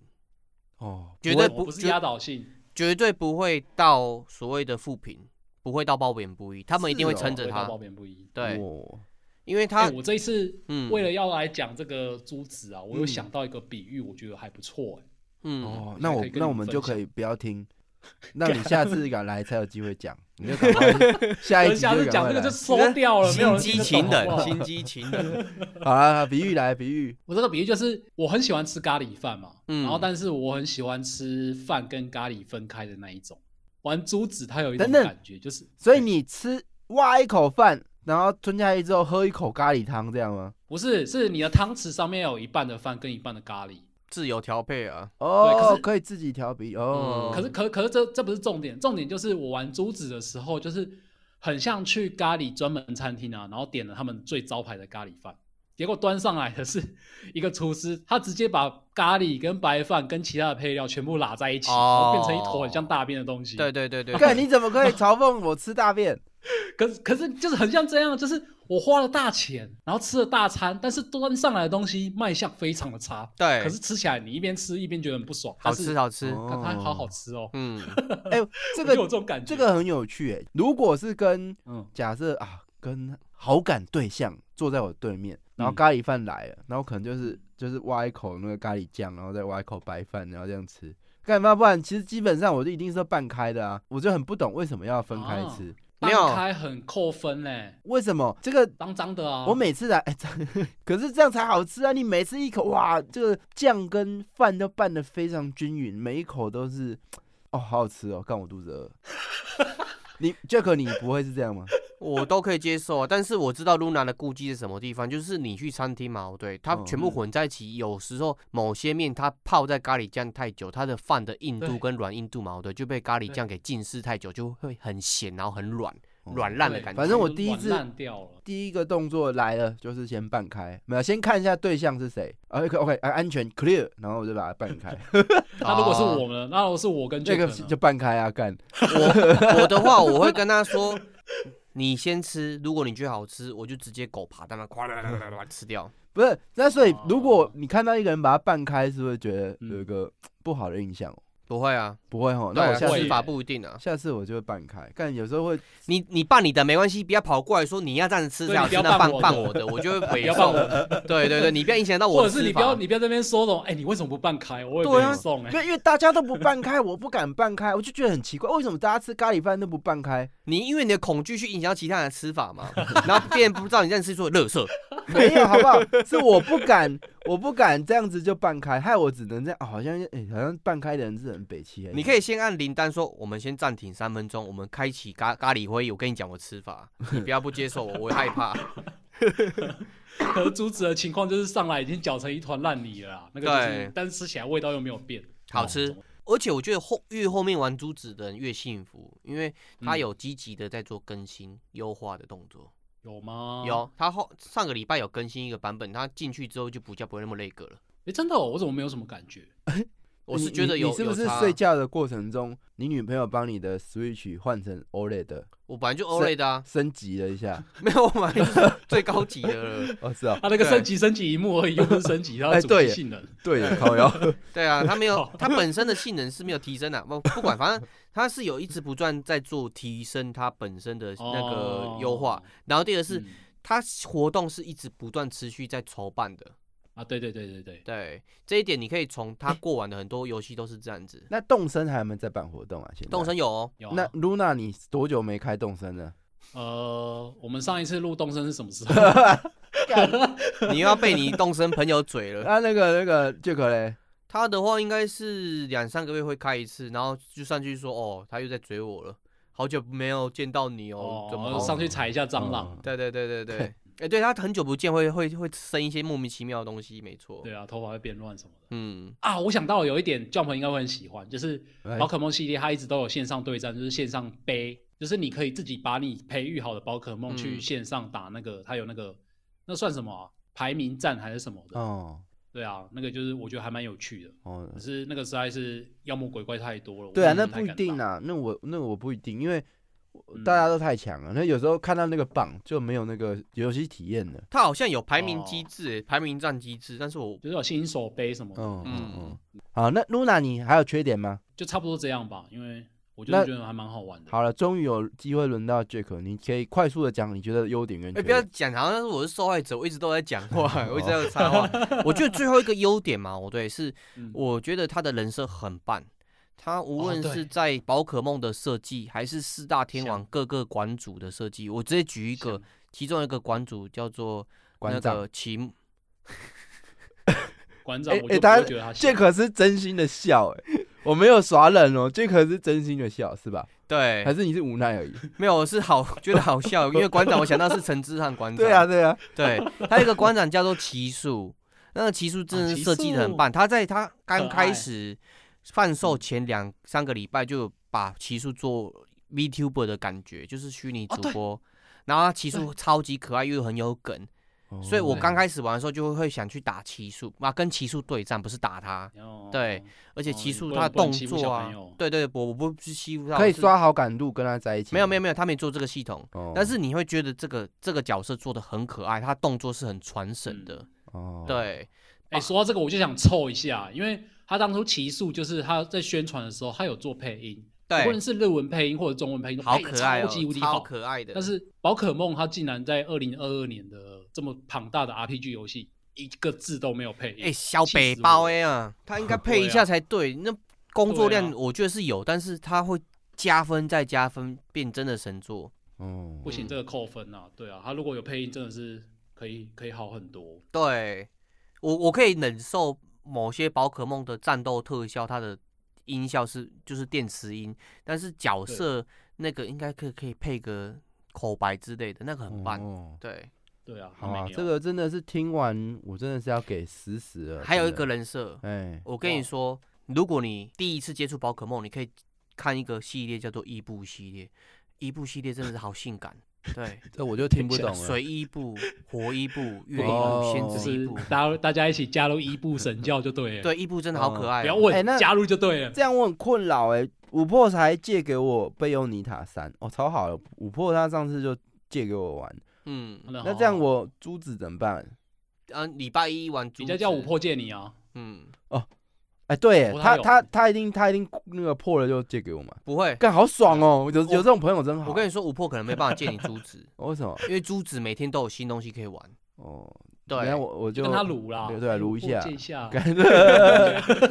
[SPEAKER 4] 哦，
[SPEAKER 5] 绝
[SPEAKER 4] 不会
[SPEAKER 5] 对
[SPEAKER 2] 哦不是
[SPEAKER 5] 绝
[SPEAKER 2] 压倒性，
[SPEAKER 5] 绝对不会到所谓的负评，不会到褒贬不一，他们一定会
[SPEAKER 4] 是哦
[SPEAKER 5] 撑
[SPEAKER 2] 对
[SPEAKER 5] 着
[SPEAKER 2] 到
[SPEAKER 5] 他。
[SPEAKER 2] 褒贬不一。
[SPEAKER 5] 对，
[SPEAKER 4] 哦
[SPEAKER 5] 因为他
[SPEAKER 2] 哎，我这一次
[SPEAKER 5] 嗯
[SPEAKER 2] 为了要来讲这个珠子啊，我有
[SPEAKER 4] 嗯
[SPEAKER 2] 想到一个比喻，我觉得还不错哎。
[SPEAKER 5] 嗯，
[SPEAKER 4] 哦，
[SPEAKER 2] 嗯
[SPEAKER 4] 那我
[SPEAKER 2] 可以跟
[SPEAKER 4] 那
[SPEAKER 2] 你
[SPEAKER 4] 我们
[SPEAKER 2] 分
[SPEAKER 4] 就
[SPEAKER 2] 享
[SPEAKER 4] 可以不 要听，那你下次敢来才有机会讲，你就赶快下一
[SPEAKER 2] 等
[SPEAKER 4] 集
[SPEAKER 2] 下
[SPEAKER 4] 就
[SPEAKER 2] 次
[SPEAKER 4] 赶
[SPEAKER 2] 讲这
[SPEAKER 4] 快
[SPEAKER 2] 个就
[SPEAKER 4] 来。
[SPEAKER 2] 收掉了，没有
[SPEAKER 5] 心
[SPEAKER 2] 人听
[SPEAKER 5] 机
[SPEAKER 2] 得
[SPEAKER 5] 情
[SPEAKER 2] 懂好不
[SPEAKER 5] 人，
[SPEAKER 2] 好
[SPEAKER 5] 心机 情人，
[SPEAKER 4] 好啦，比喻来比喻，
[SPEAKER 2] 我这个比喻就是，我很喜欢吃咖喱饭嘛，
[SPEAKER 5] 嗯
[SPEAKER 2] 然后但是我很喜欢吃饭跟咖喱分开的那一种。玩珠子它有一种
[SPEAKER 4] 等等
[SPEAKER 2] 感觉，就是哎
[SPEAKER 4] 所以你吃挖一口饭，然后吞下去之后喝一口咖喱汤，这样吗？
[SPEAKER 2] 不是是你的汤匙上面有一半的饭跟一半的咖喱。
[SPEAKER 5] 自由调配啊。
[SPEAKER 2] 可
[SPEAKER 4] 哦
[SPEAKER 2] 是，
[SPEAKER 4] 可以自己调比哦
[SPEAKER 5] 嗯。
[SPEAKER 2] 可是可可是这这不是重点，重点就是我玩珠子的时候，就是很像去咖喱专门餐厅啊，然后点了他们最招牌的咖喱饭，结果端上来的是 一个厨师，他直接把咖喱跟白饭跟其他的配料全部拉在一起，然后变成一坨很像大便的东西。
[SPEAKER 5] 哦对对对对，
[SPEAKER 4] 干，
[SPEAKER 5] 对
[SPEAKER 4] 你怎么可以嘲讽我吃大 便？
[SPEAKER 2] 可是可是就是很像这样，就是我花了大钱，然后吃了大餐，但是端上来的东西卖相非常的差。
[SPEAKER 5] 对，
[SPEAKER 2] 可是吃起来你一边吃一边觉得很不爽，
[SPEAKER 5] 好
[SPEAKER 2] 但是
[SPEAKER 5] 吃，好吃，
[SPEAKER 4] 哦
[SPEAKER 2] 看它好好吃哦，
[SPEAKER 5] 嗯，
[SPEAKER 4] 哎，这
[SPEAKER 2] 我就有
[SPEAKER 4] 个
[SPEAKER 2] 这种感觉，
[SPEAKER 4] 这个很有趣哎。如果是跟
[SPEAKER 2] 嗯
[SPEAKER 4] 假设啊，跟好感对象坐在我对面，然后
[SPEAKER 2] 嗯
[SPEAKER 4] 咖喱饭来了，然后可能就是就是挖一口那个咖喱酱，然后再挖一口白饭，然后这样吃。干嘛？不然其实基本上我就一定是半开的啊，我就很不懂为什么要分开
[SPEAKER 2] 啊
[SPEAKER 4] 吃，
[SPEAKER 5] 没有
[SPEAKER 2] 拌开很扣分嘞，
[SPEAKER 4] 为什么这个
[SPEAKER 2] 脏脏的啊。
[SPEAKER 4] 我每次来，哎、这可是这样才好吃啊！你每次一口，哇，这个酱跟饭都拌得非常均匀，每一口都是，哦，好好吃哦，干我肚子饿。你 Jack，你不会是这样吗？
[SPEAKER 5] 我都可以接受啊。但是我知道露娜的顾忌是什么地方，就是你去餐厅嘛，对，它
[SPEAKER 4] 嗯
[SPEAKER 5] 全部混在一起，有时候某些面它泡在咖喱酱太久，它的饭的硬度
[SPEAKER 2] 对
[SPEAKER 5] 跟软硬度嘛，对，就被咖喱
[SPEAKER 2] 对
[SPEAKER 5] 酱给浸湿太久，就会很咸，然后很软，
[SPEAKER 4] 哦
[SPEAKER 5] 软烂的感觉。
[SPEAKER 4] 反正我第一
[SPEAKER 2] 碗
[SPEAKER 4] 次
[SPEAKER 2] 烂掉了，
[SPEAKER 4] 第一个动作来了，就是先拌开，没有，先看一下对象是谁。啊 OK OK，啊安全 clear，然后我就把它拌开，
[SPEAKER 5] 啊
[SPEAKER 2] 那如果是我们，那如果是我跟
[SPEAKER 4] 这个
[SPEAKER 2] Jack 呢
[SPEAKER 4] 就拌开啊，干。
[SPEAKER 5] 哦我我的话，我会跟他说。你先吃，如果你觉得好吃，我就直接狗爬，当然咵啦啦啦啦啦吃掉。
[SPEAKER 4] 不是，那所以
[SPEAKER 2] 哦
[SPEAKER 4] 如果你看到一个人把它拌开，是不是觉得
[SPEAKER 2] 嗯
[SPEAKER 4] 有一个不好的印象哦？
[SPEAKER 5] 不会啊，
[SPEAKER 4] 不会哦，
[SPEAKER 5] 对
[SPEAKER 4] 那
[SPEAKER 5] 啊
[SPEAKER 4] 我下
[SPEAKER 2] 会
[SPEAKER 4] 次
[SPEAKER 5] 吃法不一定啊。
[SPEAKER 4] 下次我就会拌开，但有时候会
[SPEAKER 5] 你你拌你的没关系，不要跑过来说你要这样吃才
[SPEAKER 2] 对
[SPEAKER 5] 好
[SPEAKER 2] 你不要
[SPEAKER 5] 吃，那
[SPEAKER 2] 拌
[SPEAKER 5] 拌
[SPEAKER 2] 我
[SPEAKER 5] 拌
[SPEAKER 2] 的
[SPEAKER 5] 我的，我就会
[SPEAKER 2] 不
[SPEAKER 5] 北
[SPEAKER 2] 要放
[SPEAKER 5] 宋。
[SPEAKER 2] 我，
[SPEAKER 5] 对对对，你不要影响到我
[SPEAKER 2] 或
[SPEAKER 5] 的
[SPEAKER 2] 者是
[SPEAKER 5] 吃
[SPEAKER 2] 你不
[SPEAKER 5] 法
[SPEAKER 2] 要。你不要在那边说懂，哎，你为什么不拌开？我也
[SPEAKER 5] 对啊
[SPEAKER 2] 没送哎
[SPEAKER 4] 因，为因为大家都不拌开，我不敢拌开，我就觉得很奇怪，为什么大家吃咖喱饭都不拌开？
[SPEAKER 5] 你因为你的恐惧去影响到其他人的吃法嘛，然后别人不知道你这样吃说乐色。
[SPEAKER 4] 没有，好不好？是我不敢，我不敢这样子就拌开，害我只能这样，哦好像诶、好像拌开的人是很北齐欸。
[SPEAKER 5] 你可以先按铃铛说，我们先暂停三分钟，我们开启咖咖喱会议。我跟你讲我吃法，你不要不接受我，我会害怕。啊
[SPEAKER 2] 可是珠子的情况就是上来已经搅成一团烂泥了啦，那个就是
[SPEAKER 5] 对，
[SPEAKER 2] 但是吃起来味道又没有变，
[SPEAKER 5] 好吃
[SPEAKER 2] 哦
[SPEAKER 5] 而且我觉得后越后面玩珠子的人越幸福，因为他
[SPEAKER 2] 嗯
[SPEAKER 5] 有积极的在做更新优化的动作。
[SPEAKER 2] 有吗？
[SPEAKER 5] 有，他后上个礼拜有更新一个版本，他进去之后就比较不会那么累格了。
[SPEAKER 2] 哎，真的哦，我怎么没有什么感觉？
[SPEAKER 5] 我
[SPEAKER 4] 你
[SPEAKER 5] 是觉得
[SPEAKER 4] 你
[SPEAKER 5] 有
[SPEAKER 4] 你是不
[SPEAKER 5] 有
[SPEAKER 4] 是
[SPEAKER 5] 差啊
[SPEAKER 4] 睡觉的过程中，你女朋友帮你的 Switch 换成 OLED 的
[SPEAKER 5] 我本来就
[SPEAKER 4] 是
[SPEAKER 5] OLED 的 啊，
[SPEAKER 4] 升级了一下？
[SPEAKER 5] 没有，我本来就是最高级的 了。
[SPEAKER 4] 哦，是啊、哦，
[SPEAKER 2] 他那个
[SPEAKER 5] 对
[SPEAKER 2] 升级升级一幕而已，又不是升级，它的
[SPEAKER 4] 哎
[SPEAKER 2] 主
[SPEAKER 4] 对
[SPEAKER 2] 机
[SPEAKER 4] 耶
[SPEAKER 2] 性能。
[SPEAKER 4] 对的，靠腰。
[SPEAKER 5] 对啊，它没有
[SPEAKER 4] 哦
[SPEAKER 2] 好，
[SPEAKER 5] 它本身的性能是没有提升的、啊不不管，反正它是有一直不断在做提升它本身的那个优化。
[SPEAKER 2] 哦
[SPEAKER 5] 然后第二个是、
[SPEAKER 2] 嗯
[SPEAKER 5] 它活动是一直不断持续在筹办的，
[SPEAKER 2] 啊，对对对对对，
[SPEAKER 5] 对这一点你可以从它过往的很多游戏都是这样 子。
[SPEAKER 4] 那动森还有没有在办活动啊？现在
[SPEAKER 5] 动。身有哦，
[SPEAKER 2] 有
[SPEAKER 4] 那
[SPEAKER 2] 啊。
[SPEAKER 4] Luna，你多久没开动森了？
[SPEAKER 2] 呃，我们上一次录动声是什么时候？
[SPEAKER 5] 你又要被你动身朋友嘴了。
[SPEAKER 4] 啊那那个那个 Jack 嘞？
[SPEAKER 5] 他的话应该是两三个月会开一次，然后就上去说哦，他又在追我了，好久没有见到你 哦，怎么哦
[SPEAKER 2] 哦，上去踩一下蟑
[SPEAKER 4] 哦
[SPEAKER 2] 螂？
[SPEAKER 5] 对对对对对，
[SPEAKER 4] 对
[SPEAKER 5] 哎、对他很久不见会会会生一些莫名其妙的东西，没错。
[SPEAKER 2] 对啊，头发会变乱什么的
[SPEAKER 5] 嗯，
[SPEAKER 2] 啊！我想到有一点，Jump 应该会很喜欢，就是
[SPEAKER 4] 哎
[SPEAKER 2] 宝可梦系列它一直都有线上对战，就是线上杯，就是你可以自己把你培育好的宝可梦去
[SPEAKER 5] 嗯
[SPEAKER 2] 线上打那个，它有那个那算什么啊、排名战还是什么的？
[SPEAKER 4] 哦
[SPEAKER 2] 对啊，那个就是我觉得还蛮有趣的。
[SPEAKER 4] 哦
[SPEAKER 2] 可，是那个实在是妖魔鬼怪太多了。
[SPEAKER 4] 对啊，
[SPEAKER 2] 我
[SPEAKER 4] 那
[SPEAKER 2] 真的太
[SPEAKER 4] 不一
[SPEAKER 2] 敢
[SPEAKER 4] 定
[SPEAKER 2] 打。
[SPEAKER 4] 啊，那我那我不一定，因为我
[SPEAKER 2] 嗯
[SPEAKER 4] 大家都太强了，那有时候看到那个榜就没有那个游戏体验了。
[SPEAKER 5] 他好像有排名
[SPEAKER 2] 哦
[SPEAKER 5] 机制、哎排名战机制，但是我
[SPEAKER 2] 就是有新手杯什么的，
[SPEAKER 4] 嗯嗯
[SPEAKER 5] 嗯
[SPEAKER 4] 嗯，好，那露娜你还有缺点吗？
[SPEAKER 2] 就差不多这样吧。因为我就
[SPEAKER 4] 那
[SPEAKER 2] 是觉得还蛮好玩的。
[SPEAKER 4] 好了，终于有机会轮到 Jack，你可以快速的讲你觉得优点跟
[SPEAKER 5] 哎、
[SPEAKER 4] 缺
[SPEAKER 5] 不要
[SPEAKER 4] 点。
[SPEAKER 5] 讲，好像是我是受害者，我一直都在讲 话，我一直
[SPEAKER 4] 哦
[SPEAKER 5] 在插话。我觉得最后一个优点嘛，我对是，
[SPEAKER 2] 嗯
[SPEAKER 5] 我觉得他的人设很棒。他无
[SPEAKER 2] 哦
[SPEAKER 5] 论
[SPEAKER 2] 对
[SPEAKER 5] 是在宝可梦的设计，还是四大天王
[SPEAKER 2] 像
[SPEAKER 5] 各个馆主的设计，我直接举一个
[SPEAKER 2] 像，
[SPEAKER 5] 其中一个馆主叫做那
[SPEAKER 4] 馆长
[SPEAKER 5] 个齐木，
[SPEAKER 2] 馆长，
[SPEAKER 4] 哎
[SPEAKER 2] 我
[SPEAKER 4] 哎
[SPEAKER 2] 就不
[SPEAKER 4] 大
[SPEAKER 2] 会
[SPEAKER 4] 家
[SPEAKER 2] 觉得他像
[SPEAKER 4] Jack 是真心的笑、哎，我没有耍冷哦，Jack 是真心的笑，是吧？
[SPEAKER 5] 对
[SPEAKER 4] 还，是你是无奈而已？
[SPEAKER 5] 没有，我是好觉得好 笑，因为馆长，我想到是陈之汉馆长。
[SPEAKER 4] 对啊，，对啊，
[SPEAKER 5] 对，他有一个馆长叫做奇数，那个奇数真的
[SPEAKER 2] 啊
[SPEAKER 5] 是
[SPEAKER 2] 奇
[SPEAKER 5] 设计的很棒。他在他刚
[SPEAKER 2] 可
[SPEAKER 5] 开
[SPEAKER 2] 爱嗯
[SPEAKER 5] 始贩售前两三个礼拜就有把奇数做 VTuber 的感觉，就是虚拟
[SPEAKER 2] 哦
[SPEAKER 5] 主
[SPEAKER 2] 对
[SPEAKER 5] 播。然后他奇数超级可爱又很有梗，
[SPEAKER 4] 哦
[SPEAKER 5] 所以我
[SPEAKER 2] 对
[SPEAKER 5] 刚开始玩的时候就会想去打奇数，啊，跟奇数对战，不是打他。
[SPEAKER 2] 哦
[SPEAKER 5] 对，而且
[SPEAKER 2] 哦
[SPEAKER 5] 奇
[SPEAKER 2] 你
[SPEAKER 5] 数
[SPEAKER 2] 不
[SPEAKER 5] 他
[SPEAKER 2] 能
[SPEAKER 5] 的
[SPEAKER 2] 不能
[SPEAKER 5] 动
[SPEAKER 2] 欺负
[SPEAKER 5] 作
[SPEAKER 2] 小
[SPEAKER 5] 啊
[SPEAKER 2] 朋友，
[SPEAKER 5] 对对，我我不是欺负他，
[SPEAKER 4] 可以
[SPEAKER 5] 我是
[SPEAKER 4] 刷好感度跟他在一起。
[SPEAKER 5] 没有没有没有，他没做这个系统，
[SPEAKER 4] 哦，
[SPEAKER 5] 但是你会觉得这个这个角色做的很可爱，他动作是很传
[SPEAKER 2] 嗯
[SPEAKER 5] 神的，
[SPEAKER 4] 哦，
[SPEAKER 5] 对，
[SPEAKER 2] 哎、说到这个，我就想凑一下，因为他当初奇数就是他在宣传的时候，他有做配音，
[SPEAKER 5] 对
[SPEAKER 2] 无论是日文配音或者中文配音，都
[SPEAKER 5] 好
[SPEAKER 2] 配得
[SPEAKER 5] 可爱哦，
[SPEAKER 2] 超级无敌
[SPEAKER 5] 超
[SPEAKER 2] 好。
[SPEAKER 5] 可爱的。
[SPEAKER 2] 但是宝可梦它竟然在二零二二年的这么庞大的 RPG 游戏，一个字都没有配音。
[SPEAKER 5] 哎、小
[SPEAKER 2] 气
[SPEAKER 5] 北
[SPEAKER 2] 死
[SPEAKER 5] 包
[SPEAKER 2] 我
[SPEAKER 5] 哎啊，他应该
[SPEAKER 2] 对
[SPEAKER 5] 配一
[SPEAKER 2] 啊
[SPEAKER 5] 下才对。那工作
[SPEAKER 2] 对啊
[SPEAKER 5] 量我觉得是有，但是他会加分再加分，变真的神作。
[SPEAKER 4] 哦
[SPEAKER 2] 不行，
[SPEAKER 5] 嗯
[SPEAKER 2] 这个扣分啊！对啊，他如果有配音，真的是可以可以好很多。
[SPEAKER 5] 对我我可以忍受某些宝可梦的战斗特效，它的音效是就是电磁音，但是角
[SPEAKER 2] 对
[SPEAKER 5] 色那个应该可以可以配个口白之类的，那个很棒。
[SPEAKER 4] 哦
[SPEAKER 5] 对，
[SPEAKER 2] 对啊，
[SPEAKER 4] 好
[SPEAKER 2] 他
[SPEAKER 4] 啊
[SPEAKER 2] 没，有
[SPEAKER 4] 这个真的是听完，我真的是要给死死了。
[SPEAKER 5] 还有一
[SPEAKER 4] 真的
[SPEAKER 5] 个，人设，
[SPEAKER 4] 哎，
[SPEAKER 5] 我跟你
[SPEAKER 2] 哇
[SPEAKER 5] 说，如果你第一次接触宝可梦，你可以看一个系列叫做伊布系列，伊布系列真的是好性感，对，
[SPEAKER 4] 这我就听不懂了。
[SPEAKER 5] 水伊布、火伊布、月伊
[SPEAKER 4] 哦
[SPEAKER 5] 布、仙
[SPEAKER 2] 就
[SPEAKER 5] 子伊
[SPEAKER 2] 是
[SPEAKER 5] 布，
[SPEAKER 2] 大家大家一起加入伊布神教就对了。，
[SPEAKER 5] 对，伊布真的好可爱哦，
[SPEAKER 2] 不要
[SPEAKER 4] 哎
[SPEAKER 2] 问
[SPEAKER 4] 那，
[SPEAKER 2] 加入就对了。
[SPEAKER 4] 这样我很困扰哎、五破才借给我贝欧尼塔三，哦，超好了。五破他上次就借给我玩，
[SPEAKER 5] 嗯，
[SPEAKER 2] 那
[SPEAKER 4] 那这样我珠子怎么办？
[SPEAKER 5] 啊，礼拜一玩珠
[SPEAKER 2] 人
[SPEAKER 5] 子
[SPEAKER 2] 家叫五，破借你啊，
[SPEAKER 5] 嗯，
[SPEAKER 4] 哎、对耶
[SPEAKER 2] 我，哦他
[SPEAKER 4] 他
[SPEAKER 2] 有
[SPEAKER 4] 他他一定他一定那个破了就借给我嘛，
[SPEAKER 5] 不会，
[SPEAKER 4] 干好爽哦！有有这种朋友真好。
[SPEAKER 5] 我跟你说，五破可能没办法借你珠子，
[SPEAKER 4] 哦为什么？
[SPEAKER 5] 因为珠子每天都有新东西可以玩，
[SPEAKER 4] 哦，等一
[SPEAKER 5] 对
[SPEAKER 4] 下，我我就
[SPEAKER 2] 就跟他撸啦，
[SPEAKER 4] 对对撸一下
[SPEAKER 2] 借一下。啊
[SPEAKER 4] 感觉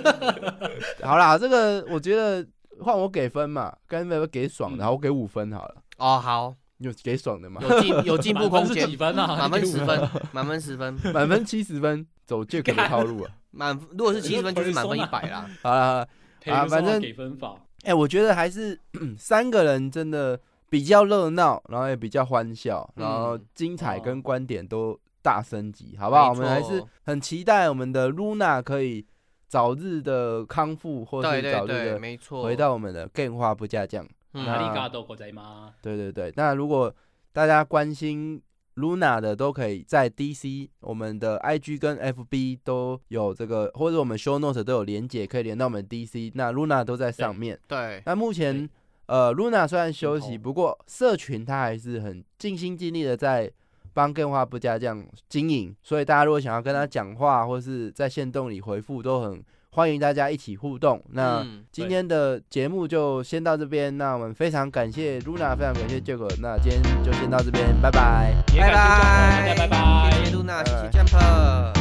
[SPEAKER 4] 好啦，这个我觉得换我给分嘛，干脆给爽的，
[SPEAKER 2] 嗯
[SPEAKER 4] 然后我给五分好了。
[SPEAKER 5] 哦，好，
[SPEAKER 4] 有给爽的吗？
[SPEAKER 5] 有进有进步
[SPEAKER 2] 满
[SPEAKER 5] 空
[SPEAKER 2] 分是
[SPEAKER 5] 间
[SPEAKER 2] 几，分啊？
[SPEAKER 5] 满分
[SPEAKER 2] 你给
[SPEAKER 5] 十
[SPEAKER 2] 我
[SPEAKER 5] 分，满分十分，
[SPEAKER 4] 满分七十分，走 Jack 的套路啊。
[SPEAKER 5] 满如果是七十分就是满分一百啦。
[SPEAKER 4] 好了好了，
[SPEAKER 2] 配合
[SPEAKER 4] 啊反
[SPEAKER 2] 上
[SPEAKER 4] 正
[SPEAKER 2] 给分法。
[SPEAKER 4] 哎、我觉得还是 三个人真的比较热闹，然后也比较欢笑，然后
[SPEAKER 5] 嗯
[SPEAKER 4] 精彩
[SPEAKER 2] 哦
[SPEAKER 4] 跟观点都大升级，好不好？我
[SPEAKER 5] 没错
[SPEAKER 4] 们还是很期待我们的 Luna 可以早日的康复，或
[SPEAKER 5] 对
[SPEAKER 4] 是
[SPEAKER 5] 对
[SPEAKER 4] 早日
[SPEAKER 5] 对，
[SPEAKER 4] 的
[SPEAKER 5] 没错，嗯
[SPEAKER 4] 回到我们的更化不下降。
[SPEAKER 2] 阿
[SPEAKER 4] 哪
[SPEAKER 2] 里
[SPEAKER 4] 里
[SPEAKER 2] 嘎多国仔吗？
[SPEAKER 4] 对对对，那如果大家关心 Luna 的，都可以在 DC 我们的 IG 跟 FB 都有这个，或者我们 Show Note 都有连接，可以连到我们 DC。那 Luna 都在上面。
[SPEAKER 5] 对，
[SPEAKER 4] 那目前
[SPEAKER 2] 对
[SPEAKER 4] 呃，Luna 虽然休息，
[SPEAKER 2] 很红
[SPEAKER 4] 不过社群它还是很尽心尽力的在。帮更化不加酱经营，所以大家如果想要跟
[SPEAKER 2] 嗯
[SPEAKER 4] 他讲话，或是在线动里回复，都很欢迎大家一起互动。那、
[SPEAKER 5] 嗯
[SPEAKER 4] 今
[SPEAKER 2] 对
[SPEAKER 4] 天的节目就先到这边，那我们非常感谢 Luna，非常感谢 Jack，那今天就先到这边，拜拜。
[SPEAKER 2] 也
[SPEAKER 5] 拜
[SPEAKER 2] 感谢 Jump，大家
[SPEAKER 5] 拜
[SPEAKER 2] 拜拜。
[SPEAKER 5] 谢谢露娜，谢
[SPEAKER 4] 拜
[SPEAKER 5] 谢
[SPEAKER 4] 拜
[SPEAKER 5] Jump。